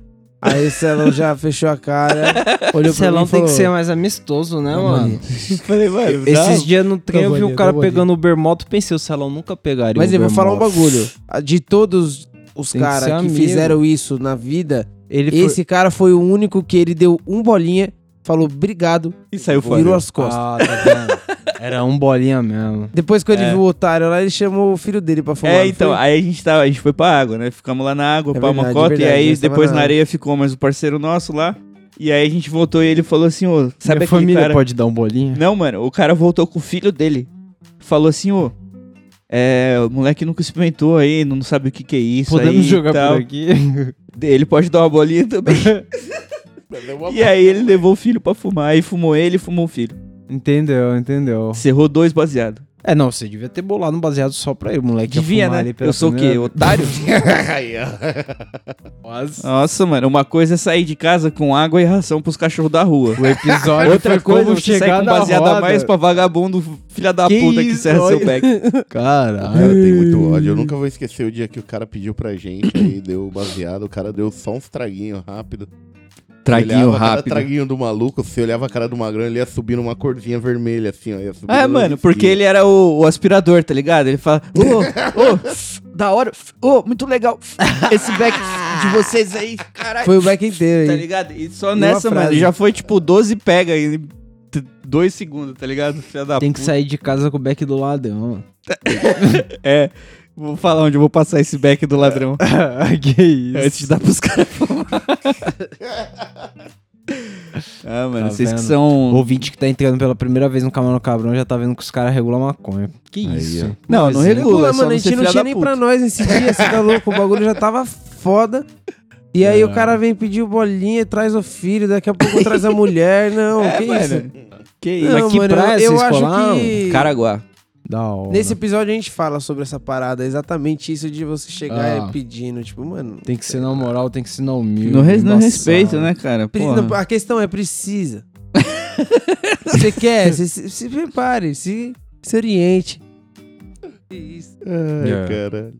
Aí o Celão já fechou a cara, olhou pra mim e falou, mais amistoso, né, mano? Falei, mano, Esses dias no trem eu vi bolinha, um cara dá bolinha. pegando Uber Moto, pensei, o Celão nunca pegaria Mas eu vou Uber falar um Moto. bagulho. Ah, De todos os Tem que caras ser um que, amigo. fizeram isso na vida, Ele foi- esse cara foi o único que ele deu um bolinha, falou obrigado, e saiu fora. virou as costas. Ah, tá vendo? Era um bolinha mesmo. Depois que ele viu o otário lá, ele chamou o filho dele pra fumar. É, não então, foi? aí a gente, tava, a gente foi pra água, né? Ficamos lá na água, É pra uma verdade, cota, verdade, e aí nós tava depois na na água. areia ficou mais um parceiro nosso lá. E aí a gente voltou e ele falou assim, ô, sabe Minha aquele família cara... pode dar um bolinho? Não, mano, o cara voltou com o filho dele. Falou assim, ô, é, o moleque nunca experimentou aí, não sabe o que que é isso aí Podemos e jogar tal. por aqui? Ele pode dar uma bolinha também. e aí ele levou o filho pra fumar, aí fumou ele e fumou o filho. Entendeu, entendeu. Cerrou dois baseados. É, não, você devia ter bolado um baseado só pra ele, moleque. ia É Devia, fumar né? ali pela Eu sou o quê? primeira- Otário? Aí, ó. Nossa, mano, uma coisa é sair de casa com água e ração pros cachorros da rua. O episódio Outra foi coisa como é você sair chegar com na baseada roda. a mais pra vagabundo, filha da Que puta que isso, serra seu olha. back. Caralho. Cara, tem Ah, muito ódio. Eu nunca vou esquecer o dia que o cara pediu pra gente, aí deu baseado, o cara deu só uns traguinhos rápido. Você Traguinho tá olhava a cara- rápido. traguinho do maluco, você olhava a cara do magrão, ele ia subindo uma corzinha vermelha, assim, ó. Ia subindo Ah, é, no mano, risquinho. porque ele era o, o aspirador, tá ligado? Ele fala, ô, ô, tá da hora, ô, muito legal, esse back de vocês aí, caralho. Foi o back inteiro, Tá hein? ligado? E só nessa, mano, frase. já foi tipo 12 pega em 2 segundos, tá ligado? Filha da Tem que puta. sair de casa com o back do lado, mano. É, vou falar onde eu vou passar esse back do ladrão. Ah, que isso. Antes de dar pros caras fumar. ah, mano, Tá vocês que vendo? são. Ouvinte que tá entrando pela primeira vez no Camarão Cabrão já tá vendo que os caras regulam maconha. Que isso? Não, não regula, é só mano, a não gente ser não filha tinha da nem puta. pra nós nesse dia, você tá louco? O bagulho já tava foda. E aí É. o cara vem pedir bolinha, traz o filho, daqui a pouco traz a mulher, não, É, que isso? mano. Que isso? Não, Mas que mano, praia eu vocês acho "Ah, colaram? que- Caraguá. Da é hora. né?" Nesse episódio a gente fala sobre essa parada, exatamente isso de você chegar Ah. e pedindo, tipo, mano... Tem que ser na moral, tem que ser na humilde. No, res- no embaçado. respeito, né, cara? pre- Porra. não, a questão é, precisa. você quer, você se, se prepare, se, se oriente. Ai, É. Yeah. caralho.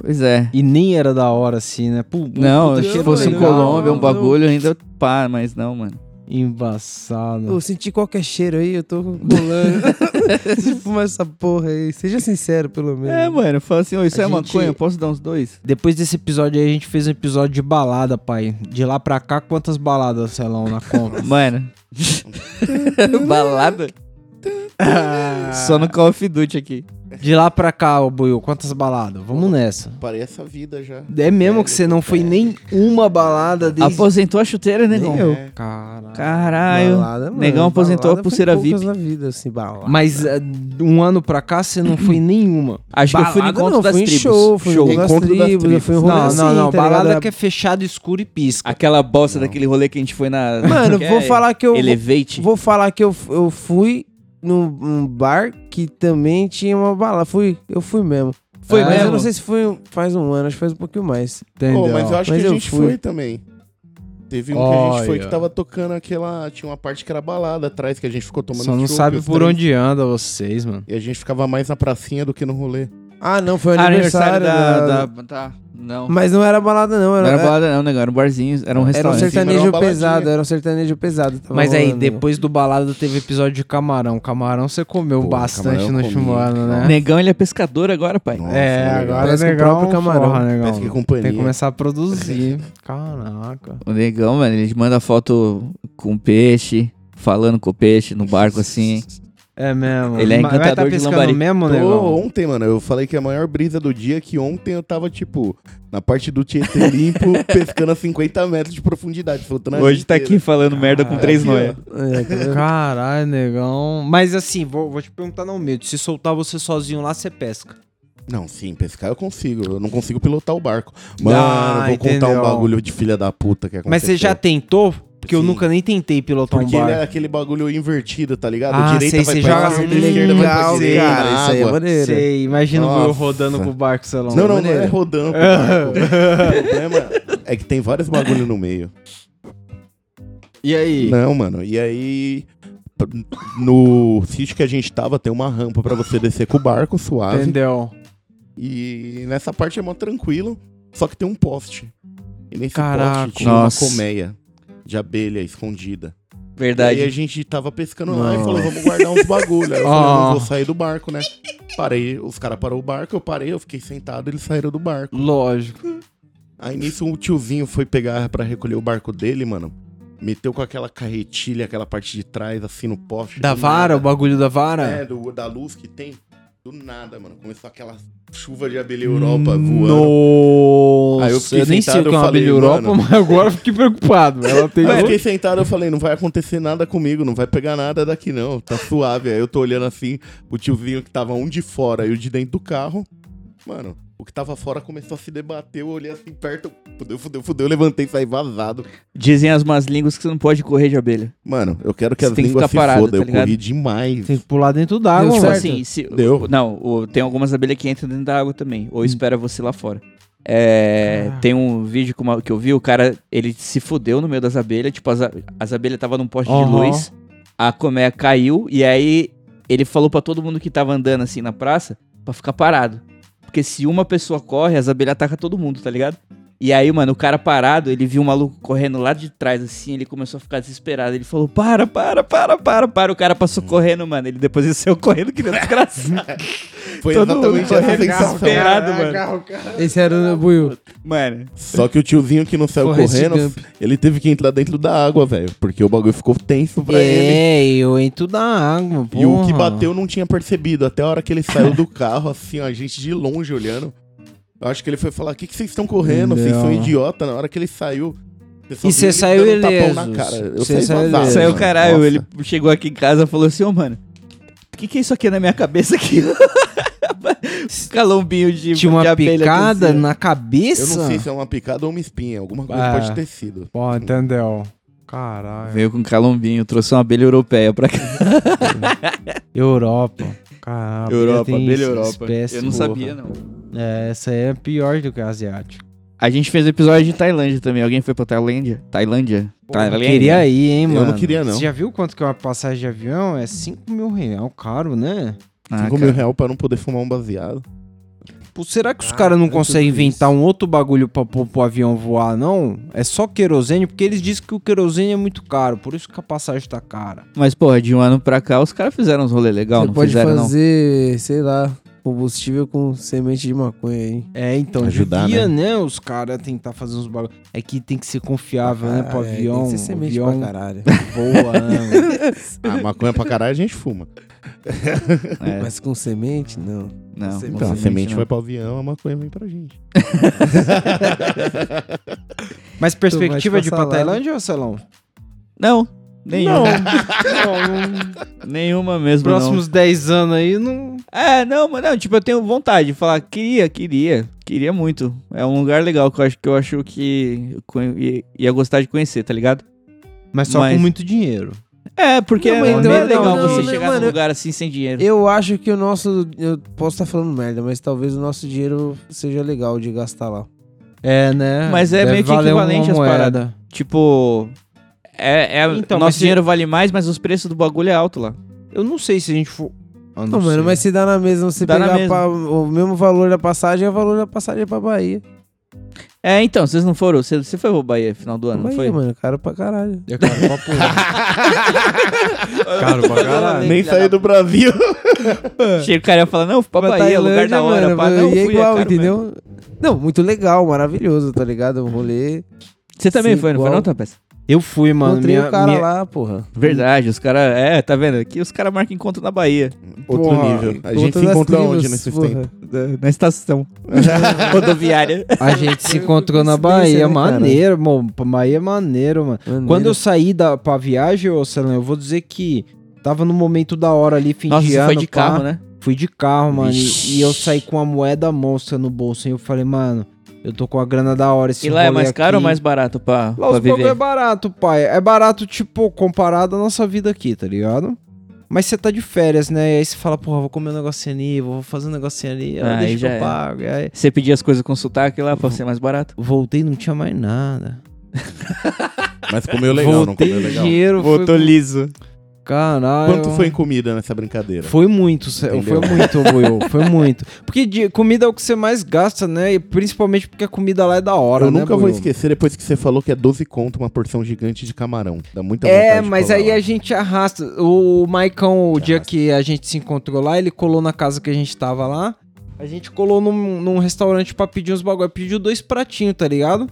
Pois é. E nem era da hora assim, né? Pô, Não, puta, se cheiro fosse em legal, Colômbia, um não. bagulho ainda pá, mas não, mano. Embaçado. Eu senti qualquer cheiro aí, eu tô bolando. Deixa eu fumar essa porra aí. Seja sincero, pelo menos. É, mano, fala assim, ô, isso A é gente- maconha, posso dar uns dois? Depois desse episódio aí, a gente fez um episódio de balada, pai. De lá pra cá, quantas baladas, Celão, na conta? Mano. Balada. Só no Call of Duty aqui. De lá pra cá, ô Buiu, quantas baladas? Vamos nessa. Parei essa vida já. É mesmo que você não foi nem uma balada desde... Aposentou a chuteira, negão. Caralho. Caralho. Balada, mano, Negão aposentou balada a pulseira foi poucas VIP. na vida, assim, balada. Mas eh, de um ano pra cá, você não foi nenhuma. Acho que eu fui no Balada encontro não, das fui em tribos. show, fui em Show. rolê das Encontro das tribos, eu tribos. fui em rolê Não, assim, não, não. tá balada ligado? que é fechado, escuro e pisca. Aquela bosta daquele rolê que a gente foi na. Mano, que vou é? falar que eu... Elevate. Vou falar que eu, eu fui num, num bar que também tinha uma balada. Fui, eu fui mesmo. Ah, Foi mas eu mesmo? não sei se foi um- faz um ano, acho que faz um pouquinho mais. Entendeu? Pô, mas eu acho Mas que a eu gente fui. foi também. Teve um que a gente foi que Olha. tava tocando aquela. Tinha uma parte que era balada atrás, que a gente ficou tomando Só não chopp, sabe os por três. onde anda vocês, mano. E a gente ficava mais na pracinha do que no rolê. Ah, não, foi Aniversário aniversário, da, da- da- Tá. Não. Mas não era balada, não. Era, Não era balada, não, negão. Era um barzinho, era um era um restaurante. sertanejo era uma pesado, baladinha. era um sertanejo pesado. tava Tá Mas aí, rolando. depois do balada, teve episódio de camarão. Camarão você comeu Pô, bastante camarão no eu último comi, ano, né? Negão, ele é pescador agora, pai. Nossa, É, legal. agora Parece é que o negão, próprio camarão. Porra, negão. Pesca e Tem companhia. que começar a produzir. Caraca. O negão, mano, ele manda foto com peixe, falando com o peixe no barco assim. É mesmo. Ele é Mas vai encantador de pescando lambari. mesmo, Tô- negão? ontem, mano, eu falei que a maior brisa do dia é que ontem eu tava, tipo, na parte do Tietê limpo, pescando a 50 metros de profundidade, soltando a Hoje tá inteira. aqui falando merda com três aqui, ó. noias. É, tá vendo? Caralho, negão. Mas assim, vou, vou te perguntar na humilde. Se soltar você sozinho lá, você pesca. Não, sim, pescar eu consigo. Eu não consigo pilotar o barco. Mano, eu vou contar Ah, entendeu. um bagulho de filha da puta que aconteceu. Mas você já tentou? Porque eu Sim. nunca nem tentei pilotar Porque um ele barco. era aquele bagulho invertido, tá ligado? Ah, Direita sei, vai você pra joga esquerda, assim, esquerda vai pra legal, direita. cara, na isso aí é água. maneiro. Sei, imagina o meu Nossa. rodando com o barco, sei lá. Não, não, não maneiro. é rodando pro barco. o problema é que tem vários bagulho no meio. E aí? Não, mano, e aí... p- No sítio que a gente tava, tem uma rampa pra você descer com o barco suave. Entendeu? E nessa parte é mó tranquilo, só que tem um poste. E nesse Caraca. poste tinha Nossa. uma colmeia de abelha escondida. E aí é a Verdade. gente tava pescando lá e falou, vamos guardar uns bagulho. Aí eu falei, Oh. não vou sair do barco, né? Parei, os caras pararam o barco, eu parei, eu fiquei sentado, eles saíram do barco. Lógico. Aí nisso um tiozinho foi pegar pra recolher o barco dele, mano. Meteu com aquela carretilha, aquela parte de trás, assim, no poste. Da do vara, o nada. bagulho da vara? É, do, da luz que tem. Do nada, mano. Começou aquela chuva de abelha Europa voando. Hum, Nossa, Aí eu fiquei eu nem sei o que é sentado, eu uma falei, abelha Europa, mano. mas agora eu fiquei preocupado. Ela tem Aí eu fiquei sentado, eu falei, não vai acontecer nada comigo, não vai pegar nada daqui não, tá suave. Aí eu tô olhando assim, o tiozinho que tava um de fora e o de dentro do carro. Mano, O que tava fora começou a se debater, eu olhei assim perto, fudeu, fudeu, fudeu, eu levantei e saí vazado. Dizem as más línguas que você não pode correr de abelha. Mano, eu quero que Você as tem que línguas ficar se parado, fodam, tá eu ligado? corri demais. Tem que pular dentro d'água, tipo mano. assim, se- Deu. Não, o- tem algumas abelhas que entram dentro da água também. Ou espera você lá fora. É, tem um vídeo que, uma- que eu vi, o cara, ele se fudeu no meio das abelhas. Tipo, as, a- as abelhas estavam num poste de Aham. luz. A colmeia caiu. E aí, ele falou pra todo mundo que tava andando assim na praça pra ficar parado. Porque se uma pessoa corre, as abelhas atacam todo mundo, tá ligado? E aí, mano, o cara parado, ele viu um maluco correndo lá de trás, assim, ele começou a ficar desesperado. Ele falou: para, para, para, para, para. O cara passou correndo, mano. Ele depois ele saiu correndo que nem um desgraçado. Foi Todo mundo exatamente essa correndo sensação. desesperado, mano. Esse era o Nebuio. Mano, Só que o tiozinho que não saiu é Forrest correndo, Gump. ele teve que entrar dentro da água, velho. Porque o bagulho ficou tenso pra ele. É, eu entro da água, porra. E o que bateu não tinha percebido. Até a hora que ele saiu do carro, assim, ó, a gente de longe olhando. Eu acho que ele foi falar: O que que vocês estão correndo? Vocês são Não. idiota. Na hora que ele saiu. só E vi você ele saiu dando um tapão ileso. na cara. Eu Você saí saiu vazado, ileso. saiu mano. caralho. É. Nossa. Ele chegou aqui em casa e falou assim: ô, mano, o que, que é isso aqui na minha cabeça aqui? Calombinho de. Tinha uma de abelha aqui, picada assim, ó. na cabeça. Eu não sei se é uma picada ou uma espinha. Alguma coisa Ah. pode ter sido. Pô, entendeu? Caralho. Veio com calombinho, trouxe uma abelha europeia pra cá. Europa. Caralho. Europa, tem abelha essa Europa. espécie, Eu não porra. sabia, não. É, essa aí é pior do que a asiática. A gente fez episódio de Tailândia também. Alguém foi pra Tailândia? Tailândia? Tailândia. Queria ir, hein, Eu mano. não queria, não. Você já viu quanto que é uma passagem de avião? É 5 mil real, caro, né? Ah, 5 cara. mil real pra não poder fumar um baseado. Pô, será que os Ah, caras não é tudo conseguem isso. inventar um outro bagulho pra pôr pro avião voar, não? É só querosene, porque eles dizem que o querosene é muito caro, por isso que a passagem tá cara. Mas, porra, de um ano pra cá, os caras fizeram uns rolê legal, Você não pode fizeram, não? fazer, sei lá, combustível com semente de maconha, hein? É, então, Ajudar, devia, né, os caras tentar fazer uns bagulhos. É que tem que ser confiável, é né, pro Caralho, avião. Tem que ser semente avião pra caralho. voa, né, mano? Ah, maconha pra caralho a gente fuma. É, Mas com semente, não. não, Então, Então, a não. semente né? não. vai pro avião, a maconha vem pra gente. Mas perspectiva pra de ir pra salada. Tailândia ou Celão? Não, nenhuma. não, não. Nenhuma mesmo, Próximos 10 anos aí não. não. É, não, mas não, tipo, eu tenho vontade de falar, queria, queria, queria muito. É um lugar legal que eu acho que eu acho que eu conhe- ia- ia gostar de conhecer, tá ligado? Mas só Mas- com muito dinheiro. É, porque Não, é mas meio então é legal legal, você não, chegar mas, num mano, lugar assim sem dinheiro. Eu acho que o nosso. Eu posso estar falando merda, mas talvez o nosso dinheiro seja legal de gastar lá. É, né? Mas é Deve meio que valer uma equivalente às moeda. paradas. Tipo, é, é- Então, mas nosso se- dinheiro vale mais, mas os preços do bagulho é alto lá. Eu não sei se a gente for. Ah, Não, mano, sei. mas se dá na mesma, você Dá na pegar mesma. pa- o mesmo valor da passagem, é o valor da passagem pra Bahia. É, então, vocês não foram, você, você foi pro Bahia final do ano, Bahia, não foi? mano, caro pra caralho. É caro pra porra. caro pra caralho. Nem saí do Brasil. Chega o cara e fala, não, pra Pra Bahia, lugar da hora, pá. Não, e é fui, igual, caro mesmo. entendeu? Não, muito legal, maravilhoso, tá ligado? O rolê. Você também Sim, foi, não foi igual. não, Tapes? Eu fui, mano. Encontrei minha- o cara minha- lá, porra. Verdade, os caras, é, tá vendo? Aqui os caras marcam encontro na Bahia, Outro Porra, nível. A com gente se todas as encontrou tribos, onde nesses porra. tempos? na estação rodoviária. A gente se Foi encontrou na coincidência, Bahia. né, cara? maneiro, mano. Bahia é maneiro, mano. Maneiro. Quando eu saí da, pra viagem, ô Celão, eu vou dizer que tava no momento da hora ali, fim Nossa, de você ano. foi de pá. carro, né? Fui de carro, mano. Vixe. E, e eu saí com a moeda monstra no bolso. E eu falei, mano, eu tô com a grana da hora. Esse E lá é rolê mais caro ou aqui. mais barato pra, Lá pra os bagulho é viver? barato, pai. É barato, tipo, comparado à nossa vida aqui, tá ligado? Mas você tá de férias, né? E aí você fala, porra, vou comer um negocinho ali, vou fazer um negocinho ali, ah, Aí deixa já que eu é. pago. E aí, Você pedia as coisas com sotaque lá pra ser mais barato? voltei não tinha mais nada. Mas comeu legal, não voltei comeu legal. dinheiro, foi... liso. Caralho. Quanto foi em comida nessa brincadeira? Foi muito, Cé- Entendeu? foi muito, Will, foi muito. Porque de- comida é o que você mais gasta, né? E principalmente porque a comida lá é da hora, eu né, nunca vou Buiu? esquecer depois que você falou que é 12 conto uma porção gigante de camarão. Dá muita É, vontade de mas colar aí lá. a gente arrasta. O Maicão, o dia que a gente se encontrou lá, ele colou na casa que a gente tava lá. A gente colou num, num restaurante pra pedir uns bagulho. Pediu dois pratinhos, tá ligado?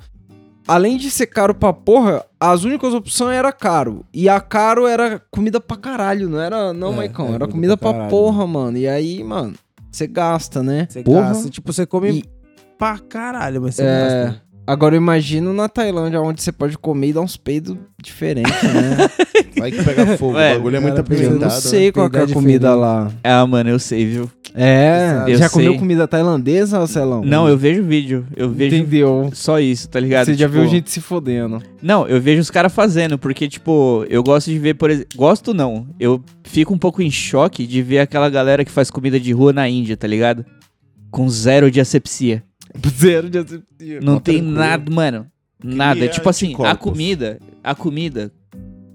Além de ser caro pra porra, as únicas opções era caro. E a caro era comida pra caralho, não era, não, É, Maicão? é Era comida comida pra pra, caralho. né? porra, mano. E aí, mano, você gasta, né? Você Porra. gasta, tipo, você come E- pra caralho, mas você É. gasta. Agora eu imagino na Tailândia, onde você pode comer e dar uns peidos diferentes, né? Vai que pega fogo, Ué, o bagulho é muito cara, eu apimentado. né? não sei qual que é a né? Peidar comida diferente. lá. Ah, mano, eu sei, viu? É, Eu já comeu sei. comida tailandesa, Marcelão? Não, eu vejo vídeo. Eu vejo Entendeu? só isso, tá ligado? Você já Tipo, viu gente se fodendo. Não, eu vejo os caras fazendo, porque, tipo, eu gosto de ver, por exemplo. Gosto não. Eu fico um pouco em choque de ver aquela galera que faz comida de rua na Índia, tá ligado? Com zero de asepsia. Zero de asepsia. Não Mó tem tranquilo. nada, mano. Nada. É tipo assim, a anticorpos. comida, a comida,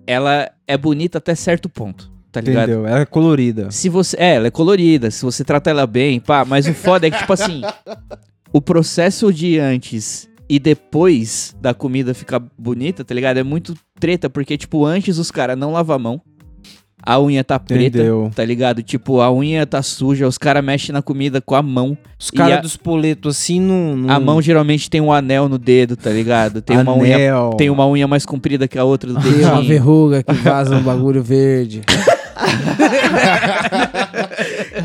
ela é bonita até certo ponto, tá ligado? Entendeu? Ela é colorida. Se você. É, ela é colorida, se você trata ela bem, pá, mas o foda é que, tipo assim, o processo de antes e depois da comida ficar bonita, tá ligado? É muito treta, porque, tipo, antes os caras não lavam a mão, a unha tá preta, Entendeu? tá ligado? Tipo, a unha tá suja, os caras mexem na comida com a mão. Os E caras a- dos poletos assim não. não... A mão geralmente tem um anel no dedo, tá ligado? Tem uma unha. Anel. Ah, Tem um uma unha mais comprida que a outra do Tem uma dedinho. verruga que vaza um bagulho verde.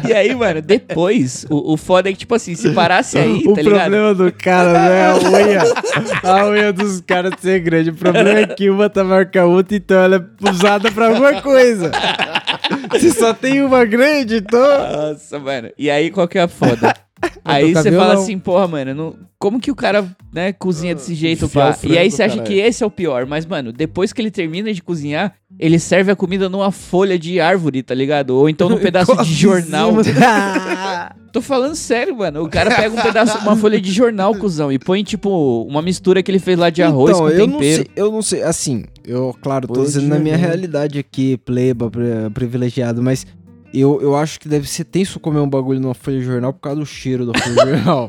E aí, mano, depois, o, o foda é que, tipo assim, se parasse aí, O tá ligado? problema do cara não é a unha. A unha dos caras de ser grande. O problema é que uma tá marca a outra, então ela é usada pra alguma coisa. Se só tem uma grande, então. Nossa, mano. E aí, qual que é a foda? aí tocar você fala violão. assim, porra, mano, não- como que o cara, né, cozinha desse jeito, Enfiar o pá? E frango, aí você acha caralho. que esse é o pior. Mas, mano, depois que ele termina de cozinhar, ele serve a comida numa folha de árvore, tá ligado? Ou então num pedaço de jornal. Tô falando sério, mano. O cara pega um pedaço, uma folha de jornal, cuzão, e põe, tipo, uma mistura que ele fez lá de arroz então, com eu não tempero. sei, eu não sei, assim, eu, claro, tô Pô, dizendo na minha Diogo. realidade aqui, pleba, pri- privilegiado, mas eu, eu acho que deve ser tenso comer um bagulho numa folha de jornal por causa do cheiro da folha de jornal.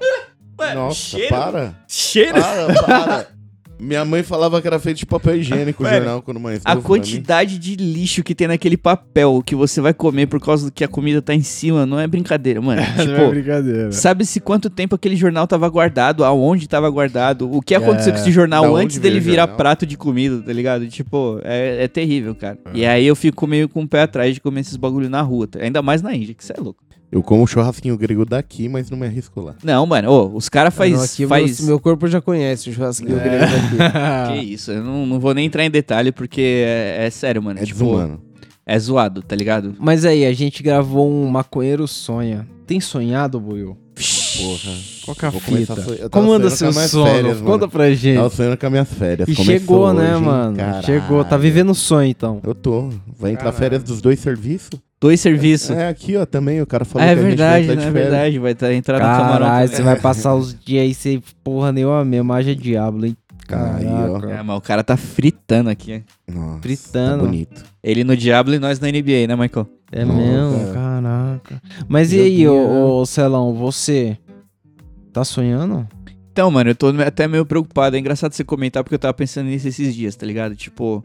Nossa, cheiro. para. Cheiro. Para, para. Minha mãe falava que era feito de papel higiênico o Velho, jornal quando mãe A falou pra mim. quantidade de lixo que tem naquele papel que você vai comer por causa do que a comida tá em cima não é brincadeira, mano. tipo, brincadeira. sabe-se quanto tempo aquele jornal tava guardado, aonde tava guardado, o que aconteceu com esse É, da jornal onde antes dele veio o virar jornal. prato de comida, tá ligado? Tipo, é, é terrível, cara. E aí eu fico meio com o pé atrás de comer esses bagulho na rua, tá? ainda mais na Índia, que você é louco. Eu como churrasquinho grego daqui, mas não me arrisco lá. Não, mano, ô, os caras faz, Não, aqui faz... meu, meu corpo já conhece o É. churrasquinho grego aqui. Que isso, eu não, não vou nem entrar em detalhe porque é, é sério, mano. É tipo, desumano. é zoado, tá ligado? Mas aí, a gente gravou um Maconheiro Sonha. Tem sonhado, Buiu? Porra. Qual que é a Vou começar fita? a sonhar- eu tava Tá, Como anda seu sonhando com as minhas sono? férias, mano. Conta pra gente. Tava sonhando com as minhas férias. e Começou chegou, né, hoje, mano? caralho. Chegou, tá vivendo o sonho, então. Eu tô. Vai entrar férias dos dois serviços? Dois serviços. É, aqui, ó, também. O cara falou Ah, é que a gente verdade, vai não entrar é de férias. verdade. Vai tá, entrar um no camarão. Caralho, você também. vai passar os dias aí sem porra nenhuma mesmo. Haja é diabo, hein? Aí, ó. É, mas o cara tá fritando aqui. Nossa, Fritando. Tá bonito. Ele no Diablo e nós na NBA, né, Michael? É Nossa. mesmo, caraca. Mas e Meu aí, Deus. ô, ô Celão, você tá sonhando? Então, mano, eu tô até meio preocupado. É engraçado você comentar porque eu tava pensando nisso esses dias, tá ligado? Tipo,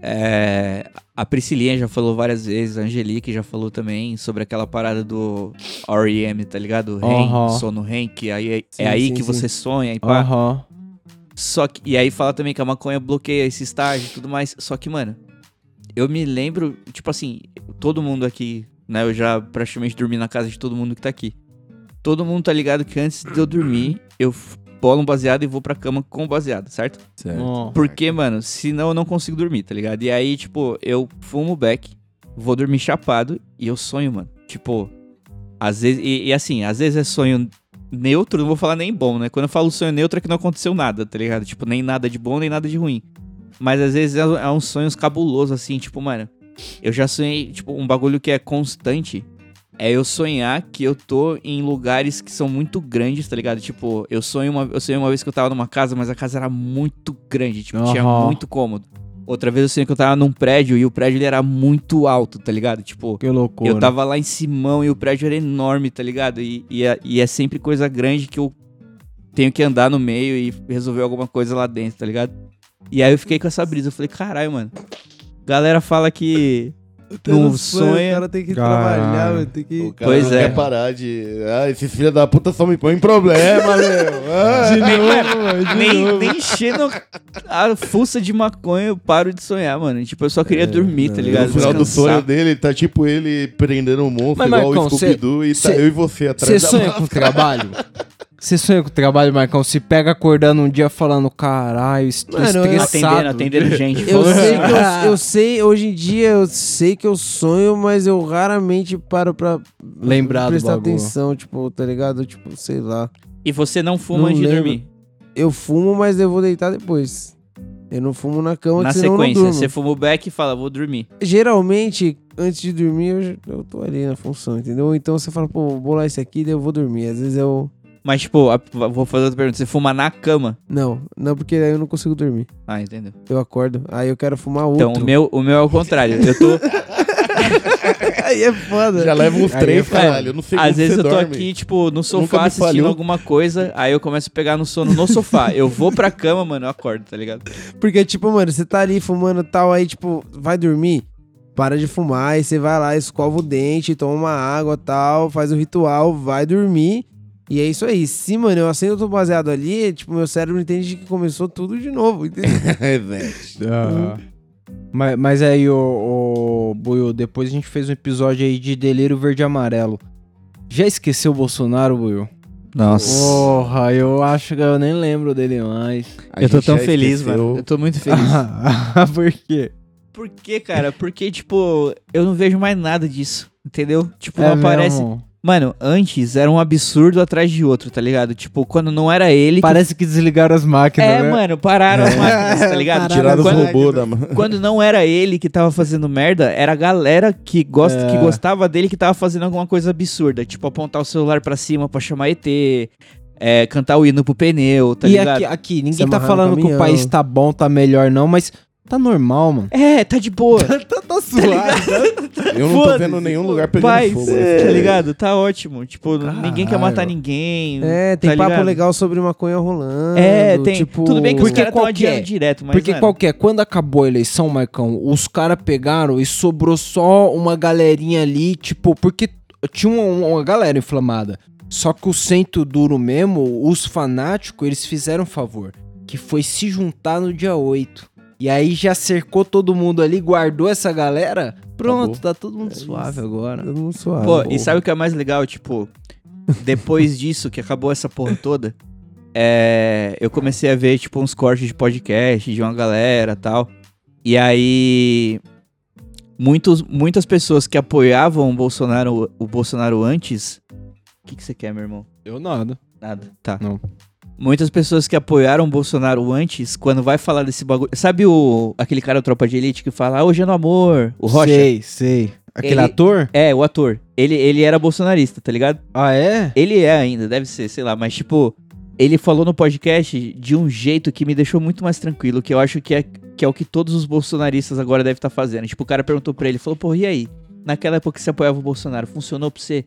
é, a Priscilinha já falou várias vezes, a Angelique já falou também sobre aquela parada do R.E.M., tá ligado? REM, Aham. sono REM, que aí é, é Sim, aí sim, que sim. você sonha e pá. Aham. Só que. E aí fala também que a maconha bloqueia esse estágio e tudo mais. Só que, mano, eu me lembro, tipo assim, todo mundo aqui, né? Eu já praticamente dormi na casa de todo mundo que tá aqui. Todo mundo tá ligado que antes de eu dormir, eu f- bolo um baseado e vou pra cama com um baseado, certo? Ó. Porque, mano, senão eu não consigo dormir, tá ligado? E aí, tipo, eu fumo back, vou dormir chapado e eu sonho, mano. Tipo, às vezes. E, e assim, às vezes é sonho neutro, não vou falar nem bom, né? Quando eu falo sonho neutro é que não aconteceu nada, tá ligado? Tipo, nem nada de bom, nem nada de ruim. Mas às vezes é, é uns sonhos cabulosos, assim, tipo, mano. Eu já sonhei, tipo, um bagulho que é constante. É eu sonhar que eu tô em lugares que são muito grandes, tá ligado? Tipo, eu sonhei uma, eu sonhei uma vez que eu tava numa casa, mas a casa era muito grande, tipo, tinha Aham. muito cômodo. Outra vez eu sonhei que eu tava num prédio e o prédio ele era muito alto, tá ligado? Tipo, Que loucura. né? eu tava lá em Simão e o prédio era enorme, tá ligado? E, e é, e é sempre coisa grande que eu tenho que andar no meio e resolver alguma coisa lá dentro, tá ligado? E aí eu fiquei com essa brisa. Eu falei, caralho, mano. Galera fala que não O sonha. um cara tem que Caralho. trabalhar, mano, tem que... O cara Pois não é. quer parar de. Ah, esses filhos da puta só me põem em problema, meu. Ah, Nem, nem, nem enchendo a fuça de maconha eu paro de sonhar, mano. Tipo, eu só É, queria dormir, tá ligado? no final do Descansar. sonho dele, tá tipo ele prendendo um monstro Mas, igual Marcão, o Scooby-Doo e tá cê- eu e você Você atrás da sonha com trabalho? Você sonha com o trabalho, Marcão? Se pega acordando um dia falando, caralho, estou Mano, eu- né? Atendendo, estressado. atendendo gente. Eu Falando- sei que eu, eu sei, hoje em dia eu sei que eu sonho, mas eu raramente paro pra Lembrar do prestar bagulho. atenção, tipo, tá ligado? Tipo, sei lá. E você não fuma Não antes de lembro. dormir. Eu fumo, mas eu vou deitar depois. Eu não fumo na cama, Na senão eu não sequência, durmo. você fuma o back e fala, vou dormir. Geralmente, antes de dormir, eu, já- eu tô ali na função, entendeu? Ou Então você fala, pô, vou bolar isso aqui, daí eu vou dormir. Às vezes eu... Mas, tipo, a- vou fazer outra pergunta. Você fuma na cama? Não, não, porque aí eu não consigo dormir. Ah, entendeu. Eu acordo, aí eu quero fumar outro. Então, o meu, o meu é o contrário. Eu tô. Aí é foda. Já leva uns três, caralho. Eu não sei como Às vezes você eu tô dorme. aqui, tipo, no sofá me assistindo falhou. alguma coisa, aí eu começo a pegar no sono no sofá. Eu vou pra cama, mano, eu acordo, tá ligado? Porque, tipo, mano, você tá ali fumando e tal, aí, tipo, vai dormir, para de fumar, aí você vai lá, escova o dente, toma uma água tal, faz o ritual, vai dormir. E é isso aí. Se, mano, eu acendo outro baseado ali, tipo, meu cérebro entende que começou tudo de novo, entendeu? É, Exato. Ah. Mas, mas aí, o, Buiu, depois a gente fez um episódio aí de Deleiro Verde e Amarelo. Já esqueceu o Bolsonaro, Buiu? Nossa. Porra, eu acho que eu nem lembro dele mais. A Eu tô gente tão já feliz, esqueceu. mano. Eu tô muito feliz. Ah, Por quê? Por quê, cara? Porque, tipo, eu não vejo mais nada disso. Entendeu? Tipo, não É aparece. mesmo? Mano, antes era um absurdo atrás de outro, tá ligado? Tipo, quando não era ele. que- Parece que desligaram as máquinas, É, né? mano, pararam as máquinas, tá ligado? Tipo, Tiraram os quando, robôs da mão. quando não era ele que tava fazendo merda, era a galera que, gosta, que gostava dele que tava fazendo alguma coisa absurda. Tipo, apontar o celular pra cima pra chamar ET, é, cantar o hino pro pneu, tá e ligado? aqui, aqui, Se ninguém tá amarrar no falando que o caminhão. país tá bom, tá melhor não, mas tá normal, mano. É, tá de boa. tá suave. Eu não tô Foda-se. vendo nenhum lugar pegando Paz, fogo. né? é. tá ligado? Tá ótimo. Tipo, ninguém quer matar ninguém. É, tem tá papo ligado? legal sobre maconha rolando. É, tem. Tipo, Tudo bem que os Porque caras estão qual que é? adiando direto, mas. Porque mano, qualquer, quando acabou a eleição, Marcão, os caras pegaram e sobrou só uma galerinha ali, tipo, porque tinha uma, uma galera inflamada. Só que o centro duro mesmo, os fanáticos, eles fizeram um favor, que foi se juntar no dia 8. E aí já cercou todo mundo ali, guardou essa galera. Pronto, Acabou. tá todo mundo suave agora. Todo mundo suave. Pô, e sabe o que é mais legal? Tipo, depois disso, que acabou essa porra toda, é, eu comecei a ver, tipo, uns cortes de podcast de uma galera e tal. E aí. Muitos, muitas pessoas que apoiavam o Bolsonaro, o Bolsonaro antes. O que, que você quer, meu irmão? Eu nada. Nada. Tá. Não. Muitas pessoas que apoiaram o Bolsonaro antes, quando vai falar desse bagulho. Sabe o aquele cara do Tropa de Elite que fala, ah, hoje é no amor, o Rocha? Sei, sei. Aquele Ele- ator? É, o ator. Ele, ele era bolsonarista, tá ligado? Ah, é? Ele é ainda, deve ser, sei lá, mas tipo, ele falou no podcast de um jeito que me deixou muito mais tranquilo, que eu acho que é, que é o que todos os bolsonaristas agora devem estar fazendo. Tipo, o cara perguntou pra ele, falou, porra, e aí? Naquela época que você apoiava o Bolsonaro, funcionou pra você?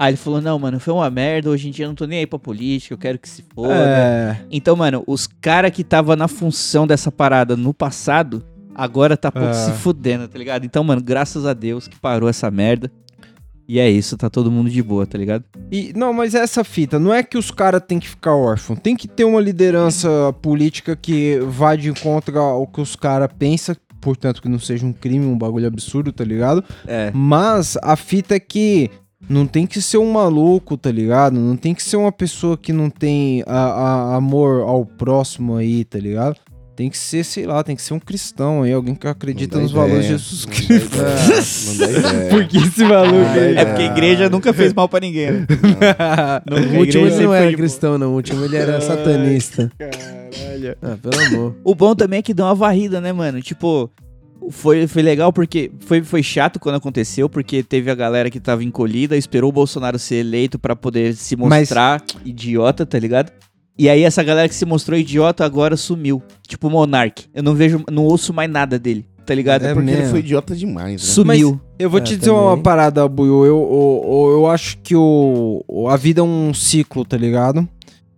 Aí ele falou, não, mano, foi uma merda, hoje em dia eu não tô nem aí pra política, eu quero que se foda. É. Então, mano, os cara que tava na função dessa parada no passado, agora tá É. pouco se fudendo, tá ligado? Então, mano, graças a Deus que parou essa merda. E é isso, tá todo mundo de boa, tá ligado? E, não, mas essa fita, não é que os caras têm que ficar órfão, tem que ter uma liderança política que vá de encontro ao que os caras pensam, portanto que não seja um crime, um bagulho absurdo, tá ligado? É. Mas a fita é que não tem que ser um maluco, tá ligado? Não tem que ser uma pessoa que não tem a- a- amor ao próximo aí, tá ligado? Tem que ser, sei lá, tem que ser um cristão aí, alguém que acredita Não dá nos valores de ideia. Jesus Não dá Cristo. ideia. Não dá ideia. Por que esse maluco É, aí? É porque a igreja nunca fez mal para ninguém. Né? O último ele não era cristão, não. O último ele era satanista. Caralho. Ah, pelo amor. O bom também é que deu uma varrida, né, mano? Tipo, foi, foi legal porque foi, foi chato quando aconteceu, porque teve a galera que tava encolhida, esperou o Bolsonaro ser eleito pra poder se Mas- mostrar idiota, tá ligado? E aí essa galera que se mostrou idiota agora sumiu. Tipo o Monark. Eu não vejo, não ouço mais nada dele, tá ligado? É Porque ele mesmo. foi idiota demais, né? Sumiu. Eu vou É, te dizer também. uma parada, Buiu. Eu, eu, eu, eu acho que o, o- a vida é um ciclo, tá ligado?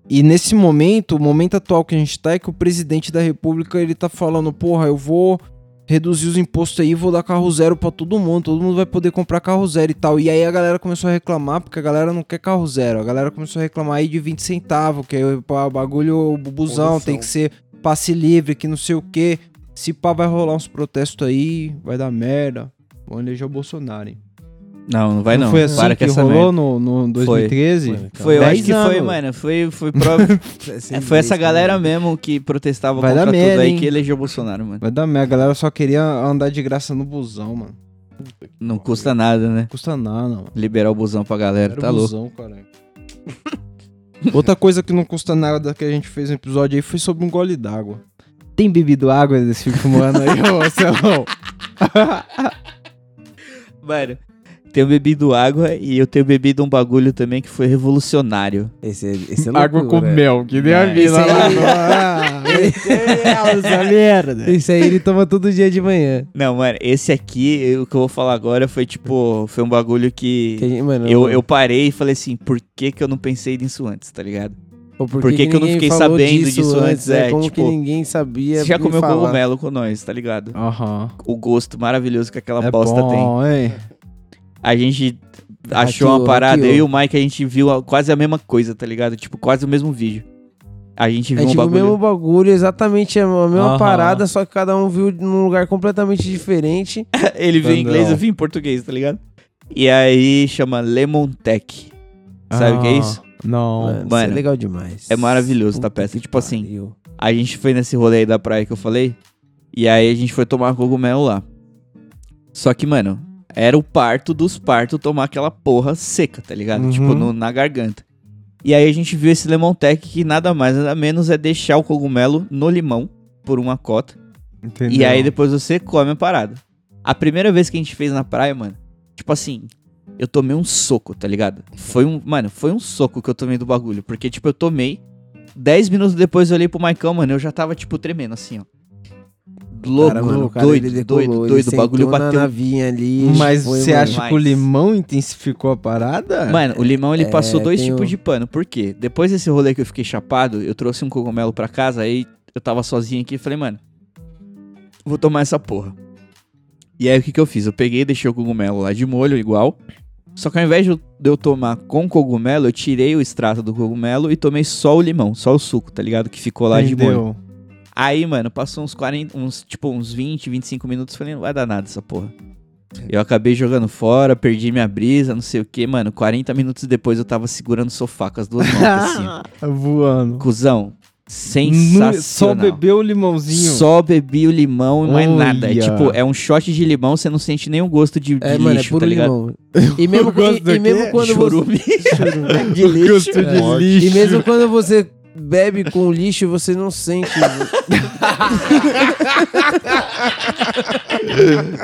E nesse momento, o momento atual que a gente tá é que o presidente da república, ele tá falando, porra, eu vou reduzir os impostos aí, vou dar carro zero pra todo mundo, todo mundo vai poder comprar carro zero e tal. E aí a galera começou a reclamar, porque a galera não quer carro zero. A galera começou a reclamar aí de 20 centavos, que é o pa- bagulho o bubuzão, Corrupção. tem que ser passe livre, que não sei o quê. Se pá, vai rolar uns protestos aí, vai dar merda. Vão eleger o Bolsonaro, hein? Não, não vai não. foi assim Para que com essa rolou merda. no, no 2013? Foi. Foi, eu acho 10 que foi, anos. mano. Foi, foi, prova- é, foi essa galera mesmo que protestava Vai dar contra tudo merda, aí hein? que elegeu o Bolsonaro, mano. Vai dar merda, a galera só queria andar de graça no busão, mano. Não custa nada, né? Não custa nada, mano. Liberar o busão pra galera, Era tá o louco. busão, caralho. Outra coisa que não custa nada que a gente fez no episódio aí foi sobre um gole d'água. Tem bebido água desse último ano aí, ô É Marcelão? Mano, tenho bebido água e eu tenho bebido um bagulho também que foi revolucionário. Esse, é- esse é Água com loucura. mel, que nem a É, vila isso lá. aí. Essa merda. Esse aí ele toma todo dia de manhã. Não, mano, esse aqui, eu- o que eu vou falar agora foi tipo, foi um bagulho que, Que a gente- mano, eu, eu parei e falei assim, por que que eu não pensei nisso antes, tá ligado? Pô, por por que que eu não ninguém fiquei falou sabendo disso antes? né? É, Como que tipo, ninguém sabia é Você já me comeu falar? cogumelo com nós, tá ligado? Aham. O gosto maravilhoso que aquela Ah. É bosta tem. bom, hein? A gente achou Hackeou, uma parada, hackeou. eu e o Mike, a gente viu a- quase a mesma coisa, tá ligado? Tipo, quase o mesmo vídeo. A gente É viu um tipo o bagulho. mesmo bagulho, exatamente a mesma Aham. parada, só que cada um viu num lugar completamente diferente. Ele viu em Entendeu? inglês, eu vi em português, tá ligado? E aí chama Lemon Tech. Sabe o Ah. que é isso? Não. Mano, isso é mano, legal demais. É maravilhoso essa Puta peça. que Tipo assim, pariu. a gente foi nesse rolê aí da praia que eu falei. E aí a gente foi tomar cogumelo lá. Só que, mano, era o parto dos partos tomar aquela porra seca, tá ligado? Uhum. Tipo, no- na garganta. E aí a gente viu esse Lemon Tech que nada mais, nada menos é deixar o cogumelo no limão por uma cota. Entendeu? E aí depois você come a parada. A primeira vez que a gente fez na praia, mano, tipo assim, eu tomei um soco, tá ligado? Foi um, mano, foi um soco que eu tomei do bagulho, porque tipo eu tomei 10 minutos depois eu olhei pro Maicão, mano, eu já tava tipo tremendo assim, ó. Louco, Cara, mano, o cara, doido, ele decolou, doido, ele doido, o bagulho sentou na bateu. navinha ali. Mas foi, você mano. acha que o Mas- limão intensificou a parada? Mano, o limão ele É, passou dois tem tipos o- de pano. Por quê? Depois desse rolê que eu fiquei chapado, eu trouxe um cogumelo pra casa, aí eu tava sozinho aqui e falei, mano, vou tomar essa porra. E aí o que que eu fiz? Eu peguei e deixei o cogumelo lá de molho, igual. Só que ao invés de eu- de eu tomar com cogumelo, eu tirei o extrato do cogumelo e tomei só o limão, só o suco, tá ligado? Que ficou lá de molho. Entendeu? Aí, mano, passou uns 40, uns, tipo, uns 20, 25 minutos, falei, não vai dar nada essa porra. Eu acabei jogando fora, perdi minha brisa, não sei o que, mano. 40 minutos depois eu tava segurando o sofá com as duas mãos assim. ó. Tá Voando. Cuzão, sensacional. Nu- Só bebeu o limãozinho. Só bebi o limão e mais Olha. nada. É tipo, é um shot de limão, você não sente nenhum gosto de, de É, lixo, mano, é tá puro ligado? limão. E mesmo, gosto e, e do mesmo quê? quando você, Chorume. de lixo. Gosto de É. lixo. E mesmo quando você bebe com lixo, você não sente.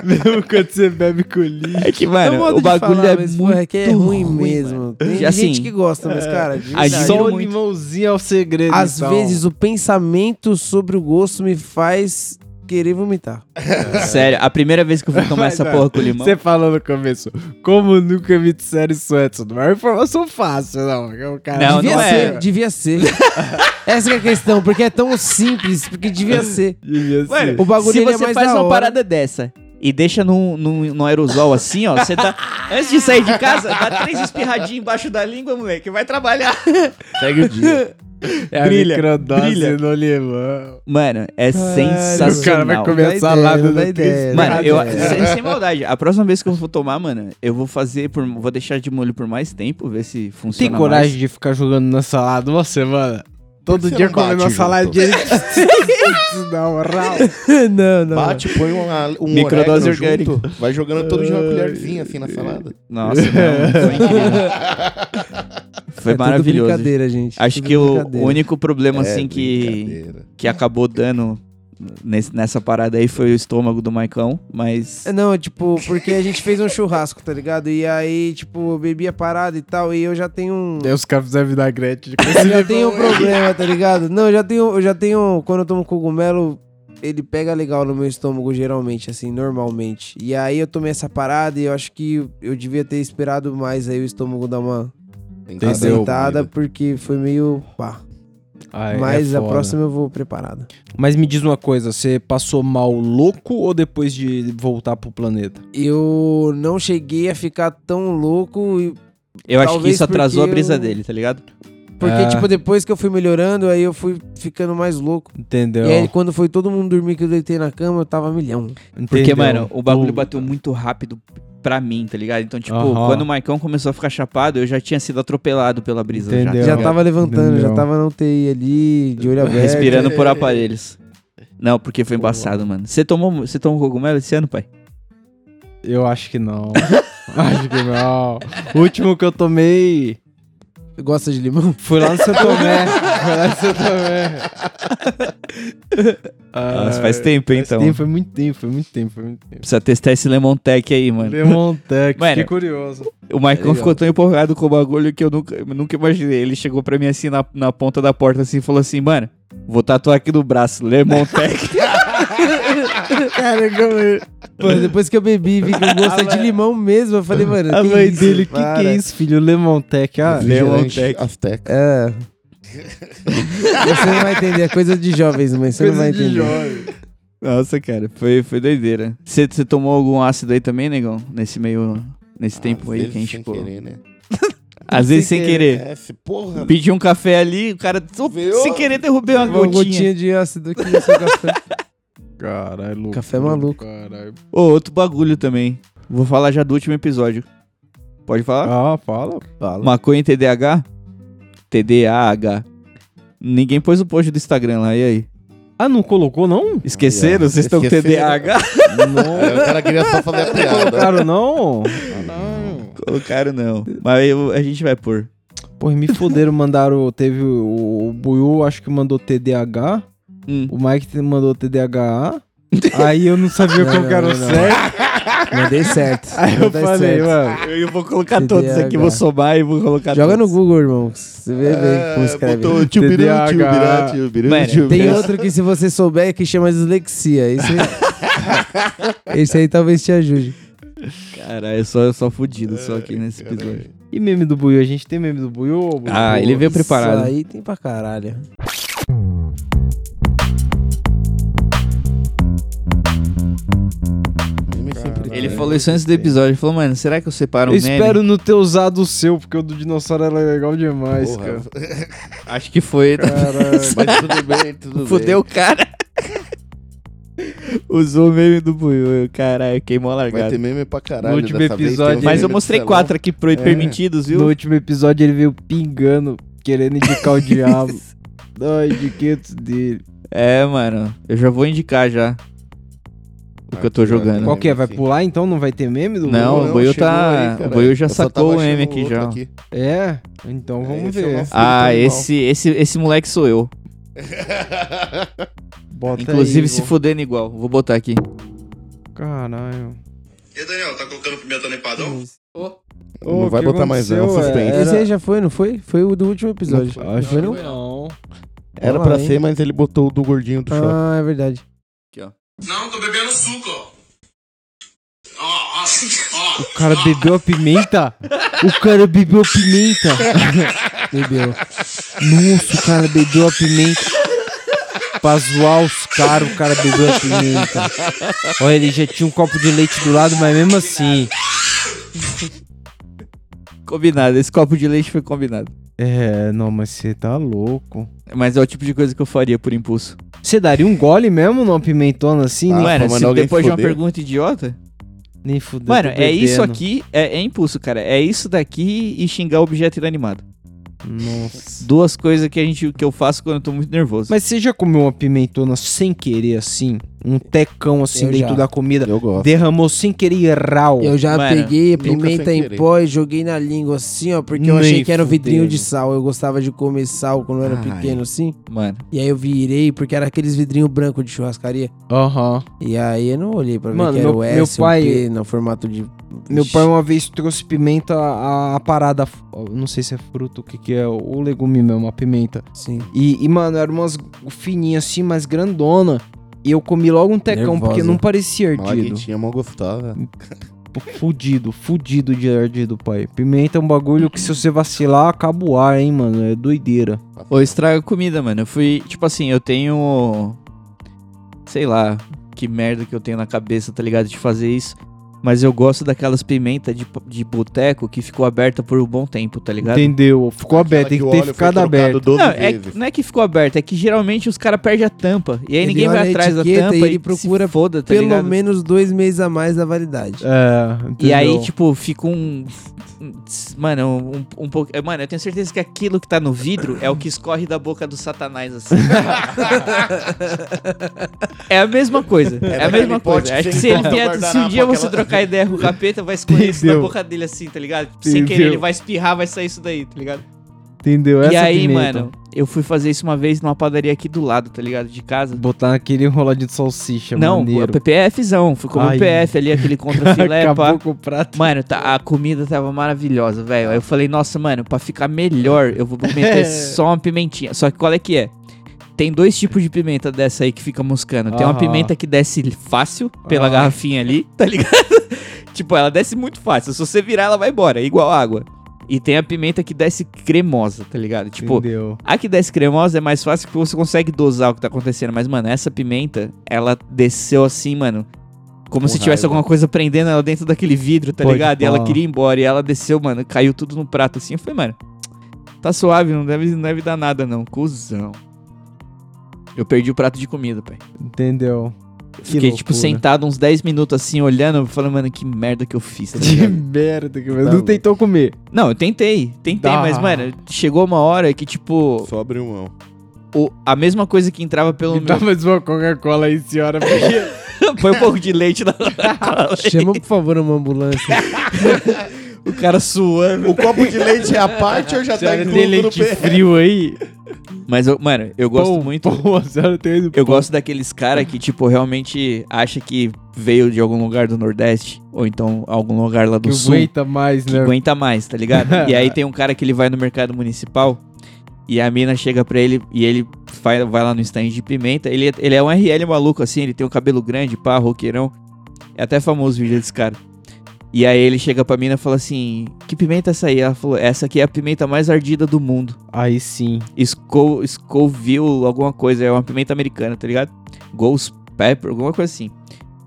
Mesmo quando você bebe com lixo. É que, É um mano, modo o de bagulho falar, é mas, muito porra, é que é ruim, ruim, mesmo. Tem E assim, gente que gosta, mas, cara, de a verdade, gente- Só o muito. limãozinho é o segredo. às então. vezes o pensamento sobre o gosto me faz querer vomitar. Sério, a primeira vez que eu fui tomar Mas, essa ó, porra com limão. Você falou no começo, como nunca me disseram isso antes. Não é informação fácil, não. É um cara- Não, devia não ser, é. devia ser. Essa que é a questão, porque é tão simples, porque devia ser. Devia ser. O bagulho se ele é você mais faz da uma hora. parada dessa e deixa num, num, num aerosol assim, ó, você tá. Antes de sair de casa, dá três espirradinhas embaixo da língua, moleque. Vai trabalhar. Segue o dia. é brilha, a microdose brilha. no limão. Mano, é sensacional. O cara vai Não dá comer salada ideia, não da dá ideia, ideia. Mano, eu, É. sem, sem maldade, a próxima vez que eu for tomar, mano, eu vou fazer por. Vou deixar de molho por mais tempo, ver se funciona. Tem coragem é de ficar jogando na salada uma semana? Todo Por que dia não bate comendo uma junto? saladinha. não, rau. não, né? não. Bate, põe uma, um Microdose orégano orgânica. junto, vai jogando todo de uma colherzinha assim na salada. mais. Nossa, não, foi incrível. Foi É tudo maravilhoso. brincadeira, gente. Acho Tudo que o o brincadeira. único problema, É, assim, que. brincadeira. que acabou dando nesse- nessa parada aí foi o estômago do Maicão, mas. É, Não, tipo, porque a gente fez um churrasco, tá ligado? E aí, tipo, eu bebi a parada e tal, e eu já tenho um. Aí É, os caras fizeram vinagrete. Eu já tenho um problema, tá ligado? Não, eu já tenho. Eu já tenho. Quando eu tomo cogumelo, ele pega legal no meu estômago, geralmente, assim, normalmente. E aí eu tomei essa parada e eu acho que eu devia ter esperado mais aí o estômago dar uma Entendeu? aceitada, porque foi meio. pá. é Mas a próxima eu vou preparada. Mas me diz uma coisa, você passou mal louco ou depois de voltar pro planeta? Eu não cheguei a ficar tão louco e eu acho que talvez isso atrasou a porque brisa eu- dele, tá ligado? Porque, Ah. tipo, depois que eu fui melhorando, aí eu fui ficando mais louco. Entendeu? E aí, quando foi todo mundo dormir que eu deitei na cama, eu tava milhão. Porque, mano, o bagulho bateu muito rápido pra mim, tá ligado? Então, tipo, Aham. quando o Maicon começou a ficar chapado, eu já tinha sido atropelado pela brisa. já, Entendeu? tá Já ligado? tava levantando, já Entendeu? tava na UTI ali, de olho aberto. Respirando por aparelhos. Não, porque foi embaçado, mano. Você tomou, você tomou cogumelo esse ano, pai? Eu acho que não. acho que não. O último que eu tomei Gosta de limão? foi lá no São Tomé. foi lá no São Tomé. Ah, Nossa, faz tempo, hein, então. Sim, foi muito tempo, foi muito tempo, foi muito tempo. Precisa testar esse Lemon Tech aí, mano. Demontec, Mano, fiquei curioso. O Maicon ficou tão empolgado com o bagulho que eu nunca, eu nunca imaginei. Ele chegou pra mim assim na, na ponta da porta assim e falou assim, mano, vou tatuar aqui no braço, Lemon Tech. Cara, como eu- Pô, depois que eu bebi, vi que o gosto é de limão mesmo. Eu falei, mano, A que mãe isso? dele, que que Para." é isso, filho? Lemontec, ah. Refrigerante Leontec. Azteca. É. Você não vai entender, é coisa de jovens, mãe. Você não vai entender. Nossa, cara, foi, foi doideira. Você você tomou algum ácido aí também, negão? Nesse meio. Nesse tempo Às aí vezes que a gente sem pô. querer, né? Às vezes sem querer. É, se porra. Pedi um café ali, o cara só- Viu? sem querer derrubei uma Uma gotinha. gotinha um de ácido aqui no seu café. Caralho, louco. Café maluco. Caralho. Ô, outro bagulho também. Vou falar já do último episódio. Pode falar? Ah, fala. Maconha e TDAH? TDAH. Ninguém pôs o post do Instagram lá, e aí? Ah, não colocou, não? Esqueceram? Aí, ó. Vocês estão com Esqueceram. TDAH? É, o cara queria só fazer a piada. Claro, não. Colocaram não. Mas eu- a gente vai pôr. Porra, me foderam, mandaram. Teve o, o Buiu, acho que mandou TDAH. Hum. O Mike te- mandou TDAH. Aí eu não sabia Não, qual não, que era o não, não. certo. Mandei certo. Aí eu mandei falei, certo. mano. Eu vou colocar todos aqui, vou somar e vou colocar Joga no Google, irmão. Você vê É, bem como escreve. É, Botou tio Biru, TDAH. tio Birá, tio Biru, Mano, tio Tem Birá. outro que, se você souber, que chama dislexia. Esse aí, Esse aí talvez te ajude. Caralho, eu sou, só fudido só aqui nesse episódio. E meme do Buiu? A gente tem meme do Buiu? Buiu? Ah, ele veio preparado. Isso aí tem pra caralho. Ele sempre Ele tem. falou isso antes do episódio. Ele falou, mano, será que eu separo um Eu meme? espero não ter usado o seu, porque o do dinossauro era legal demais, Porra, cara. Acho que foi. Caralho. Mas tudo bem, tudo Fudeu o bem. cara. Usou o meme do Buiu. Caralho, queimou a Vai ter largada. meme pra caralho. No último dessa vez, episódio, tem um Mas meme eu do mostrei Celão. quatro aqui pro permitidos, É. No viu? último episódio ele veio pingando, querendo indicar o diabo. Ai, de quietos dele. É, mano. Eu já vou indicar já. O que eu tô jogando. Qual que é? Vai Sim. pular então? Não vai ter meme do Não, Buiu? o Buiu chegou tá- aí, cara. o Buiu já Eu só sacou tava o meme achando aqui outro já. É? Então vamos esse é o ver. nosso Ah, espírito esse, esse, esse moleque sou eu. Bota Inclusive aí, se fudendo igual. Vou botar aqui. Caralho. E aí, Daniel, tá colocando pimenta no empadão? Não vai botar mais, não, suspense. Era... Esse aí já foi, não foi? Foi o do último episódio. Acho que foi, não? não. não. Era Olha pra lá, hein? ser, mas ele botou o do gordinho do shopping. Ah, é verdade. Não, tô bebendo suco, ó. Ó, ó, ó. O cara bebeu a pimenta? O cara bebeu a pimenta. Bebeu. Nossa, o cara bebeu a pimenta. Pra zoar os caras, o cara bebeu a pimenta. Olha, ele já tinha um copo de leite do lado, mas mesmo assim. Combinado. Esse copo de leite foi combinado. É, não, mas você tá louco. Mas é o tipo de coisa que eu faria por impulso. Você daria um gole mesmo numa pimentona assim? Ah, mano, pra se mandar alguém depois de uma foder. pergunta idiota. Nem, nem fudeu. Mano, tô é isso bebendo. aqui, é, é impulso, cara. É isso daqui e xingar objeto inanimado. Nossa. Duas coisas que a gente que eu faço quando eu tô muito nervoso. Mas você já comeu uma pimentona sem querer, assim? Um tecão, assim, Eu dentro já. da comida? Eu gosto. Derramou sem querer e rau. Eu já Mano, peguei a nunca sem pimenta em querer. pó e joguei na língua assim, ó, porque eu Nem achei que era um vidrinho fudendo. de sal. Eu gostava de comer sal quando eu era Ai. pequeno, assim. Mano, E aí eu virei, porque era aqueles vidrinhos brancos de churrascaria. Aham. E aí eu não olhei pra ver Mano, que era meu- o S, meu o pai- P, no formato de... Meu Ixi. pai uma vez trouxe pimenta, a, a parada, não sei se é fruto, o que que é, ou legume mesmo, a pimenta. Sim. E, e, mano, eram umas fininhas assim, mas grandona. E eu comi logo um tecão, Nervosa. porque não parecia Uma ardido. laguetinha mó gostosa. Fudido, fudido de ardido, pai. Pimenta é um bagulho que se você vacilar, acaba o ar, hein, mano, é doideira. ou estraga a comida, mano. Eu fui, tipo assim, eu tenho sei lá, que merda que eu tenho na cabeça, tá ligado de fazer isso. Mas eu gosto daquelas pimenta de, de boteco que ficou aberta por um bom tempo, tá ligado? Entendeu? Ficou aberto, tem que ter ficado aberto. Não, é, que- não é que ficou aberta, é que geralmente os caras perdem a tampa. E aí Ele ninguém vai olha a atrás da etiqueta tampa e e, ele se procura foda, tá Pelo ligado? menos dois meses a mais da validade. É, E aí, entendeu? tipo, fica um. Mano, um, um pouco. Mano, eu tenho certeza que aquilo que tá no vidro é o que escorre da boca do satanás, assim. é a mesma coisa. É, a daquele mesma pote coisa. que Acho que você se, ele encontra no vier, se um guardanapo, dia você aquela- trocar ideia com o capeta, vai escorrer isso na Entendeu? boca dele, assim, tá ligado? Tipo, Sem querer, Entendeu? ele vai espirrar, vai sair isso daí, tá ligado? Entendeu? e Essa aí, pimenta. mano, eu fui fazer isso uma vez numa padaria aqui do lado, tá ligado? De casa. Botar naquele enroladinho de salsicha, Não, o maneiro. PPFzão. Fui comer Ai. o PF ali, aquele contra filé, é pá. Acabou com o prato. Mano, tá- a comida tava maravilhosa, velho. Aí eu falei, nossa, mano, pra ficar melhor, eu vou meter só uma pimentinha. Só que qual é que é? Tem dois tipos de pimenta dessa aí que fica moscando. Tem uma Aham. pimenta que desce fácil pela Ah. garrafinha ali, tá ligado? tipo, ela desce muito fácil. Se você virar, ela vai embora, igual água. E tem a pimenta que desce cremosa, tá ligado? Tipo, Entendeu? a que desce cremosa é mais fácil porque você consegue dosar o que tá acontecendo. Mas, mano, essa pimenta, ela desceu assim, mano. Como Com se tivesse raiva. alguma coisa prendendo ela dentro daquele vidro, tá Pode ligado? E pá. ela queria ir embora. E ela desceu, mano. Caiu tudo no prato assim. Eu falei, mano, tá suave, não deve, não deve dar nada, não. Cusão. Eu perdi o prato de comida, pai. Entendeu? Eu Fiquei, tipo, loucura. sentado uns 10 minutos assim, olhando, falando, mano, que merda que eu fiz, tá Que ligado? merda, que merda. Tá Não louco. tentou comer. Não, eu tentei, tentei, Dá. mas, mano, chegou uma hora que, é tipo, Só abriu um mão. o- a mesma coisa que entrava pelo Me meu dá mais uma Coca-Cola aí, senhora. porque- Põe um pouco de leite na cola. Chama, por favor, uma ambulância. O cara suando. O copo de leite é a parte ou já tá senhora incluído tem no leite pé? frio aí? Mas, eu- mano, eu gosto Pão, muito. pão, a senhora tem Eu gosto daqueles cara que, tipo, realmente acha que veio de algum lugar do Nordeste. Ou então algum lugar lá do que Sul. aguenta mais, Que né? aguenta mais, tá ligado? e aí tem um cara que ele vai no mercado municipal. E a mina chega pra ele e ele vai, vai lá no stand de pimenta. Ele, é- ele é um RL maluco, assim, ele tem o cabelo grande, pá, roqueirão. É até famoso o vídeo desse cara. E aí ele chega pra mina e fala assim: Que pimenta é essa aí? Ela falou: Essa aqui é a pimenta mais ardida do mundo. Aí sim. Scov- Scoville, alguma coisa, é uma pimenta americana, tá ligado? Ghost Pepper, alguma coisa assim.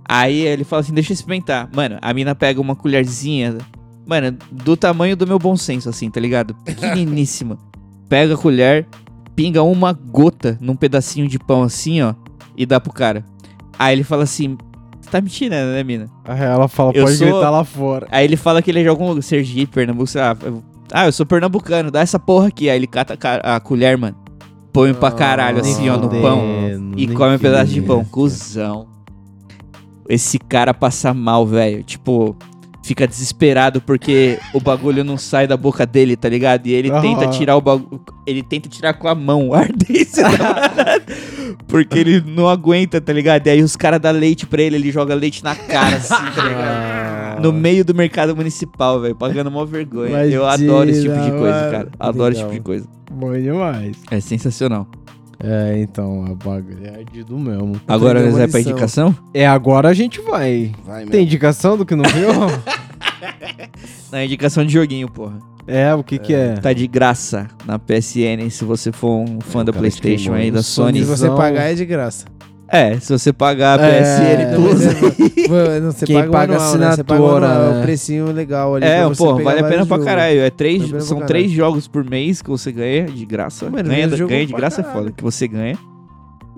Aí ele fala assim: deixa eu experimentar. Mano, a mina pega uma colherzinha, mano, do tamanho do meu bom senso, assim, tá ligado? Pequeniníssima. pega a colher, pinga uma gota num pedacinho de pão assim, ó, e dá pro cara. Aí ele fala assim: você tá me tirando, né, mina? Aí ela fala, Eu pode sou- gritar lá fora. Aí ele fala que ele é de algum lugar, Sergipe, Pernambuco, sei lá. Eu- Ah, eu sou pernambucano, dá essa porra aqui. Aí ele cata a ca- a colher, mano. Põe pra caralho, assim, ó, no fudendo, pão. E nem come um pedaço de fudendo. pão. Cusão. Esse cara passa mal, velho. Tipo, fica desesperado porque o bagulho não sai da boca dele, tá ligado? E ele tenta Aham. tirar o bagulho. Ele tenta tirar com a mão a ardência da parada, Porque ele não aguenta, tá ligado? E aí os caras dão leite pra ele, ele joga leite na cara, assim, tá Ah, ligado? Ah. No meio do mercado municipal, velho. Pagando mó vergonha. Eu Imagina, adoro esse tipo de coisa, mano. cara. Adoro esse Legal. tipo de coisa. Bom demais. É sensacional. É, então, a bagulho é ardido mesmo. Agora uma nós vai pra lição. indicação? É, agora a gente vai. Vai, meu. Tem indicação do que não viu? Na indicação de joguinho, porra. é, o que que é? Tá de graça na PSN se você for um fã cara que da tem PlayStation aí, muito da Sony. Se você Sonizão. pagar, é de graça. É, se você pagar a PSN É, Plus. Mano, você Quem paga, paga o anual, né? Você paga o assinatura, anual, é um né? precinho legal ali. É, pra você pô, pegar vale a pena vários pra jogos. caralho. É três, Vale a pena são pra três jogos por mês que você ganha de graça. Mano, ganha, mesmo jogo ganha de pra graça é caralho. foda, que você ganha.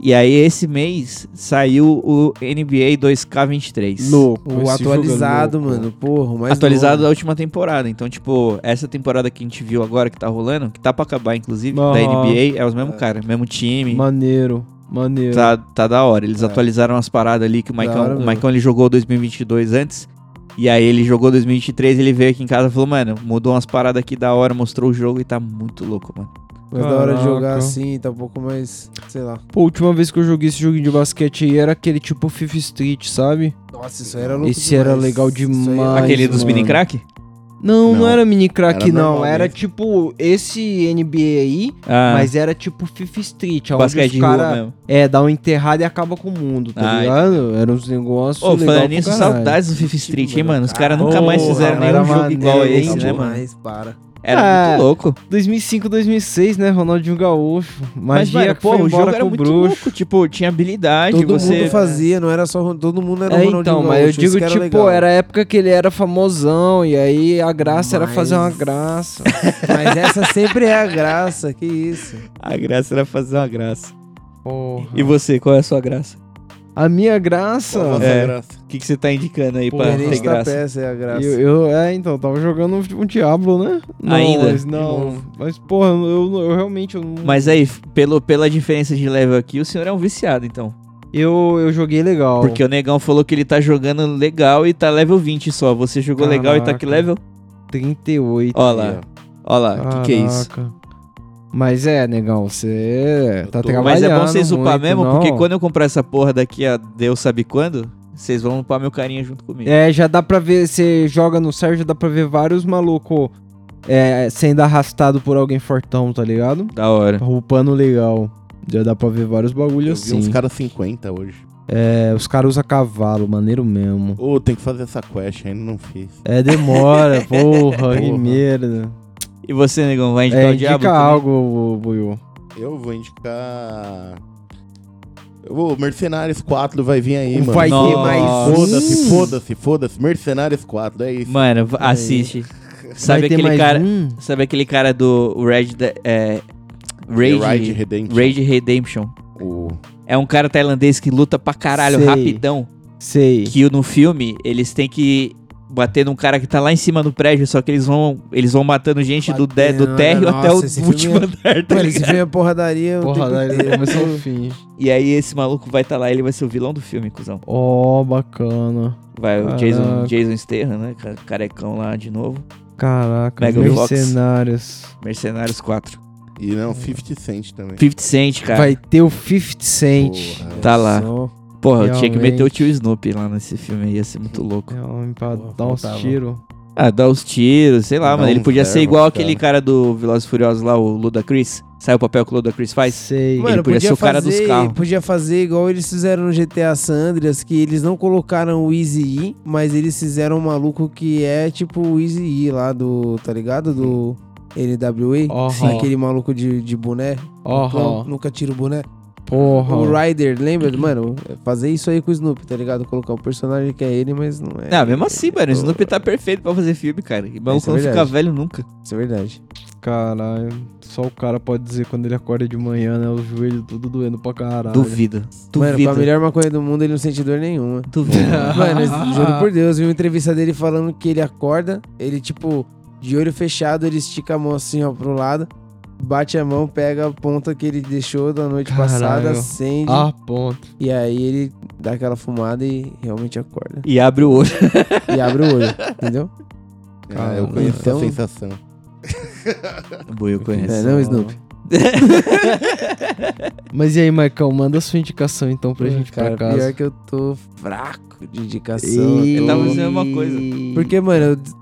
E aí, esse mês, saiu o NBA 2K23. Louco. O esse jogo é atualizado, louco. mano. Porra, o mais Atualizado novo. da última temporada. Então, tipo, essa temporada que a gente viu agora, que tá rolando, que tá pra acabar, inclusive, da Aham. NBA, é os mesmos caras, mesmo time. Maneiro, É. maneiro. Tá, tá da hora. Eles atualizaram as paradas ali que o Maicon, hora o mesmo. Maicon ele jogou 2022 antes. E aí ele jogou 2023, ele veio aqui em casa e falou, mano, mudou umas paradas aqui da hora, mostrou o jogo e tá muito louco, mano. Mas da hora de jogar Caraca. assim, tá um pouco mais. Sei lá. Pô, a última vez que eu joguei esse joguinho de basquete aí era aquele tipo Fifth Street, sabe? Nossa, isso era louco. Esse era demais. legal Isso aí demais, era- Aquele isso, dos mano. mini crack? Não, não, Não. era mini crack, Era normal não. Era mesmo. tipo esse NBA aí, Ah, mas era tipo Fifth Street, onde basquete os de rua cara- mesmo. É, dá um enterrado e acaba com o mundo, tá Ah, ligado? Era uns negócios. Ô, legal falando pra nisso, caralho. Ah, saudades do Fifth Street, hein, mano? Os caras cara, nunca mais porra, fizeram era nenhum jogo maneiro, igual a hein, esse, né, demais. mano? Mas para. Era Ah, muito louco. 2005, 2006, né? Ronaldinho Gaúcho. Mas, Magia, mano, pô, foi o jogo embora era com o muito bruxo. louco. Tipo, tinha habilidade, Todo você... mundo fazia, não era só... Ron- Todo né, mundo era o É, Ronaldinho então, mas eu Gaúcho, isso digo, que é era tipo, legal. era a época que ele era famosão, e aí a graça era fazer uma Mas- graça. Mas essa sempre é a graça, que isso. A graça era fazer uma graça. E você, qual é a sua graça? A minha graça. Pô, nossa É. graça. O que, que você tá indicando aí Pô, tá pra Denise ter Pianista graça? peça é a graça. Eu, eu- é, então, tava jogando um, um Diablo, né? Não, Ainda? Mas não. Mas, porra, eu, eu realmente. Eu, não- Mas aí, pelo, pela diferença de level aqui, o senhor é um viciado, então. eu, eu joguei legal. Porque o Negão falou que ele tá jogando legal e tá level 20 só. Você jogou legal e tá que Caraca. level? 38. Ó lá, ó lá, que que é isso? Caraca. Mas é, negão, você tá tô- trabalhando Mas é bom vocês upar muito, mesmo, não? porque quando eu comprar essa porra daqui a Deus sabe quando, vocês vão upar meu carinha junto comigo. É, já dá pra ver, você joga no Sérgio, dá pra ver vários malucos é, sendo arrastado por alguém fortão, tá ligado? Da hora. Roupando legal. Já dá pra ver vários Eu bagulhos vi assim. uns caras 50 hoje. É, os caras usam cavalo, maneiro mesmo. Ô, tem que fazer essa quest, ainda não fiz. É, demora, porra, que Porra. merda. E você, Negão, vai indicar É, o indica diabo? também? algo, Buiu. Eu vou indicar. Eu vou. Mercenários 4 vai vir aí, mano. Vai ter Nossa. mais Foda-se, um. foda-se, foda-se. Mercenários 4, é isso. Mano, v- assiste. Sabe Vai ter aquele mais cara, um? sabe aquele cara do Red da- The é, Rage, Ride Rage, Redemption. Redemption? O- É um cara tailandês que luta pra caralho Sei. rapidão. Sei. Que no filme eles têm que bater num cara que tá lá em cima do prédio, só que eles vão eles vão matando gente do, de- do Batendo, térreo nossa, até o esse filme último é- andar, tá Mano, esse ligado? filme é porradaria. o Porra, tempo daí inteiro. começou o fim. E aí esse maluco vai tá lá, ele vai ser o vilão do filme, cuzão. Ó, bacana. Vai o Caraca. Jason, Jason Statham, né? ca- Carecão lá de novo. Caraca, Mega Fox. mercenários. Mercenários 4. E não, 50 Cent também. 50 Cent, cara. Vai ter o 50 Cent. Porra. Tá lá. Só- Porra, eu tinha que meter o Realmente. tio Snoopy lá nesse filme aí, ia ser muito louco. É homem pra Porra, dar uns faltava. tiros. Ah, dar os tiros, sei lá, Dar mano. Ele uns podia ser verbos, igual cara. aquele cara do Velozes e Furiosos lá, o Ludacris. Sai o papel que o Ludacris faz. Sei. Mano, podia ser o cara dos fazer- carros. Podia fazer igual eles fizeram no GTA Sandras, que eles não colocaram o Easy E, mas eles fizeram um maluco que é tipo o Easy E lá do, tá ligado? Do NWA. Ó, Sim, é Aquele maluco de, de boné. Ó, Não, Nunca tira o boné. porra. O Ryder, lembra? Mano, fazer isso aí com o Snoop, tá ligado? Colocar o personagem que é ele, mas não é. Ah, mesmo assim, mano, o Snoopy tá perfeito pra fazer filme, cara. E o maluco Isso é não fica verdade. velho nunca. Isso é verdade. Caralho, só o cara pode dizer quando ele acorda de manhã, né? O joelho tudo doendo pra caralho. Duvido. Mano, Duvido. pra melhor maconha do mundo, ele não sente dor nenhuma. Duvido. Mano, Ah, juro por Deus, vi uma entrevista dele falando que ele acorda, ele, tipo, de olho fechado, ele estica a mão assim, ó, pro lado, bate a mão, pega a ponta que ele deixou da noite Caralho. passada, acende, Ah, ponto. e aí ele dá aquela fumada e realmente acorda. E abre o olho. E abre o olho, entendeu? Ah, eu conheço Então- a sensação. Bom, eu conheço. É, não, Snoop. Mas e aí, Marcão, manda sua indicação então pra gente Cara, pra casa. pior que eu tô fraco de indicação. Ei. Eu eu tava tô- fazendo a mesma coisa. Porque, mano, eu des-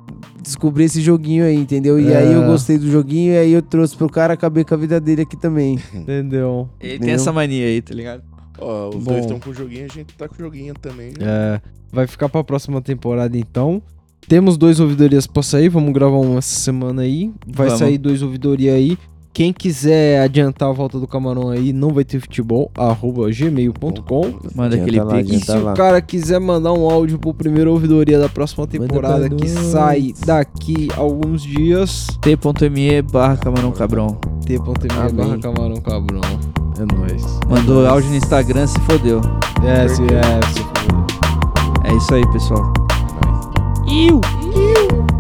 descobri esse joguinho aí, entendeu? E aí eu Ah. gostei do joguinho, e aí eu trouxe pro cara, acabei com a vida dele aqui também. Entendeu? Ele tem essa mania aí, tá ligado? Ó, os Bom. dois estão com joguinho, a gente tá com joguinho também. É, vai ficar pra próxima temporada então. Temos dois ouvidorias pra sair, vamos gravar uma essa semana aí. Vai Vamos. sair dois ouvidoria aí. Quem quiser adiantar a volta do camarão aí, não vai ter futebol, arroba gmail.com. Manda Adianta aquele lá, pique. E adianta. se o lá. cara quiser mandar um áudio pro primeiro ouvidoria da próxima pra temporada que nós. sai daqui a alguns dias, T.me barra camarão cabrão. t.me Amém. barra camarão cabrão. É nóis. Mandou áudio no Instagram, se fodeu. É, se é, se É isso aí, pessoal. Mas- Iu! Iu!